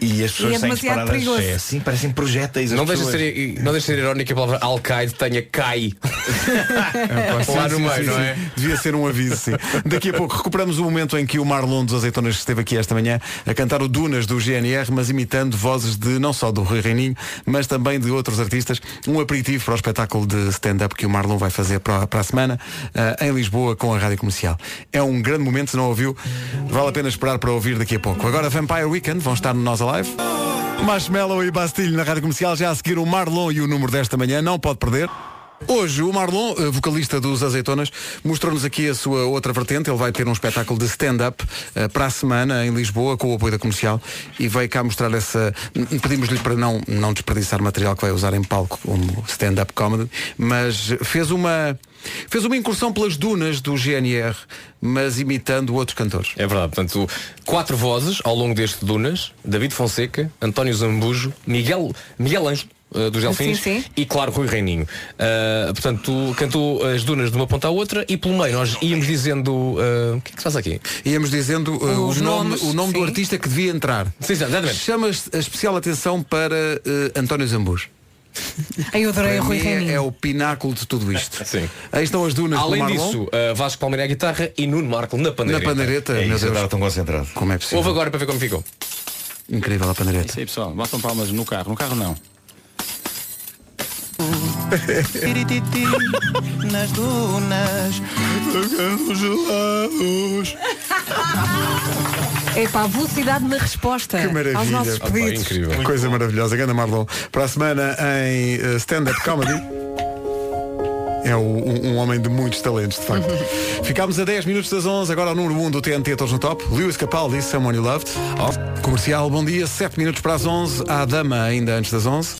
O: e as pessoas
C: E é
O: saem
C: demasiado
O: disparadas.
C: perigoso.
O: É assim, parecem projéteis. as
B: Não deixa, de
O: pessoas.
B: ser, não deixa de ser irónico que a palavra Al-Qaeda tenha CAI.
A: Sim,
B: lá
A: sim,
B: no meio,
A: sim,
B: não
A: sim.
B: é?
A: Devia ser um aviso, sim. Daqui a pouco recuperamos o momento em que o Marlon dos Azeitonas esteve aqui esta manhã a cantar o Dunas do GNR, mas imitando vozes de não só do Rui Reininho, mas também de outros artistas. Um aperitivo para o espetáculo de stand-up que o Marlon vai fazer para, a- para a semana ah, em Lisboa com a Rádio Comercial. É um grande momento, se não ouviu, vale a pena esperar para ouvir daqui a pouco. Agora Vampire Weekend, vão estar no Nós Alive. Marshmallow e Bastilho na Rádio Comercial, já a seguir o Marlon e o número desta manhã, não pode perder. Hoje o Marlon, eh, vocalista dos Azeitonas, mostrou-nos aqui a sua outra vertente. Ele vai ter um espetáculo de stand-up eh, para a semana em Lisboa com o apoio da comercial e veio cá mostrar essa. n- Pedimos-lhe para não, não desperdiçar material que vai usar em palco como stand-up comedy, mas fez uma, fez uma incursão pelas dunas do GNR, mas imitando outros cantores.
B: É verdade, portanto, quatro vozes ao longo deste Dunas, David Fonseca, António Zambujo, Miguel, Miguel Anjo eh, dos Delfins
C: Sim, sim.
B: e claro Rui Reininho. Eh, portanto, cantou as dunas de uma ponta à outra e pelo meio nós íamos dizendo eh, o que é que se faz aqui?
A: Íamos dizendo eh, o
B: Os
A: nome,
B: nomes,
A: o nome do
B: sim.
A: artista que devia entrar.
B: Sim, exatamente.
A: Chama a especial atenção para eh, António Zambus.
C: Ai, Eu adorei
A: Para
C: o Rui
A: mim,
C: Reininho.
A: É o pináculo de tudo isto. Sim. Aí estão as dunas
B: Além
A: do Marlon.
B: disso, eh, Vasco Palmeira à guitarra e Nuno Marco na pandeireta.
A: Na pandeireta, É meu isso, Deus. agora
O: tão concentrado.
A: Como é possível?
B: Ouve agora para ver como ficou.
A: Incrível a pandeireta.
N: Isso aí, pessoal. Batam palmas no carro. No carro não.
R: Tirititi, nas dunas, tocando gelados.
C: É para a velocidade na resposta
A: Que maravilha.
C: aos nossos pedidos.
A: Coisa maravilhosa. Ganda Marlon. Para a semana em eh, stand-up comedy. É o- um, um homem de muitos talentos, de facto. Ficámos a 10 minutos das 11, agora o número 1 do TNT, todos no top. Lewis Capaldi, Someone You Loved. Comercial, bom dia, 7 minutos para as 11. Há a dama ainda antes das 11.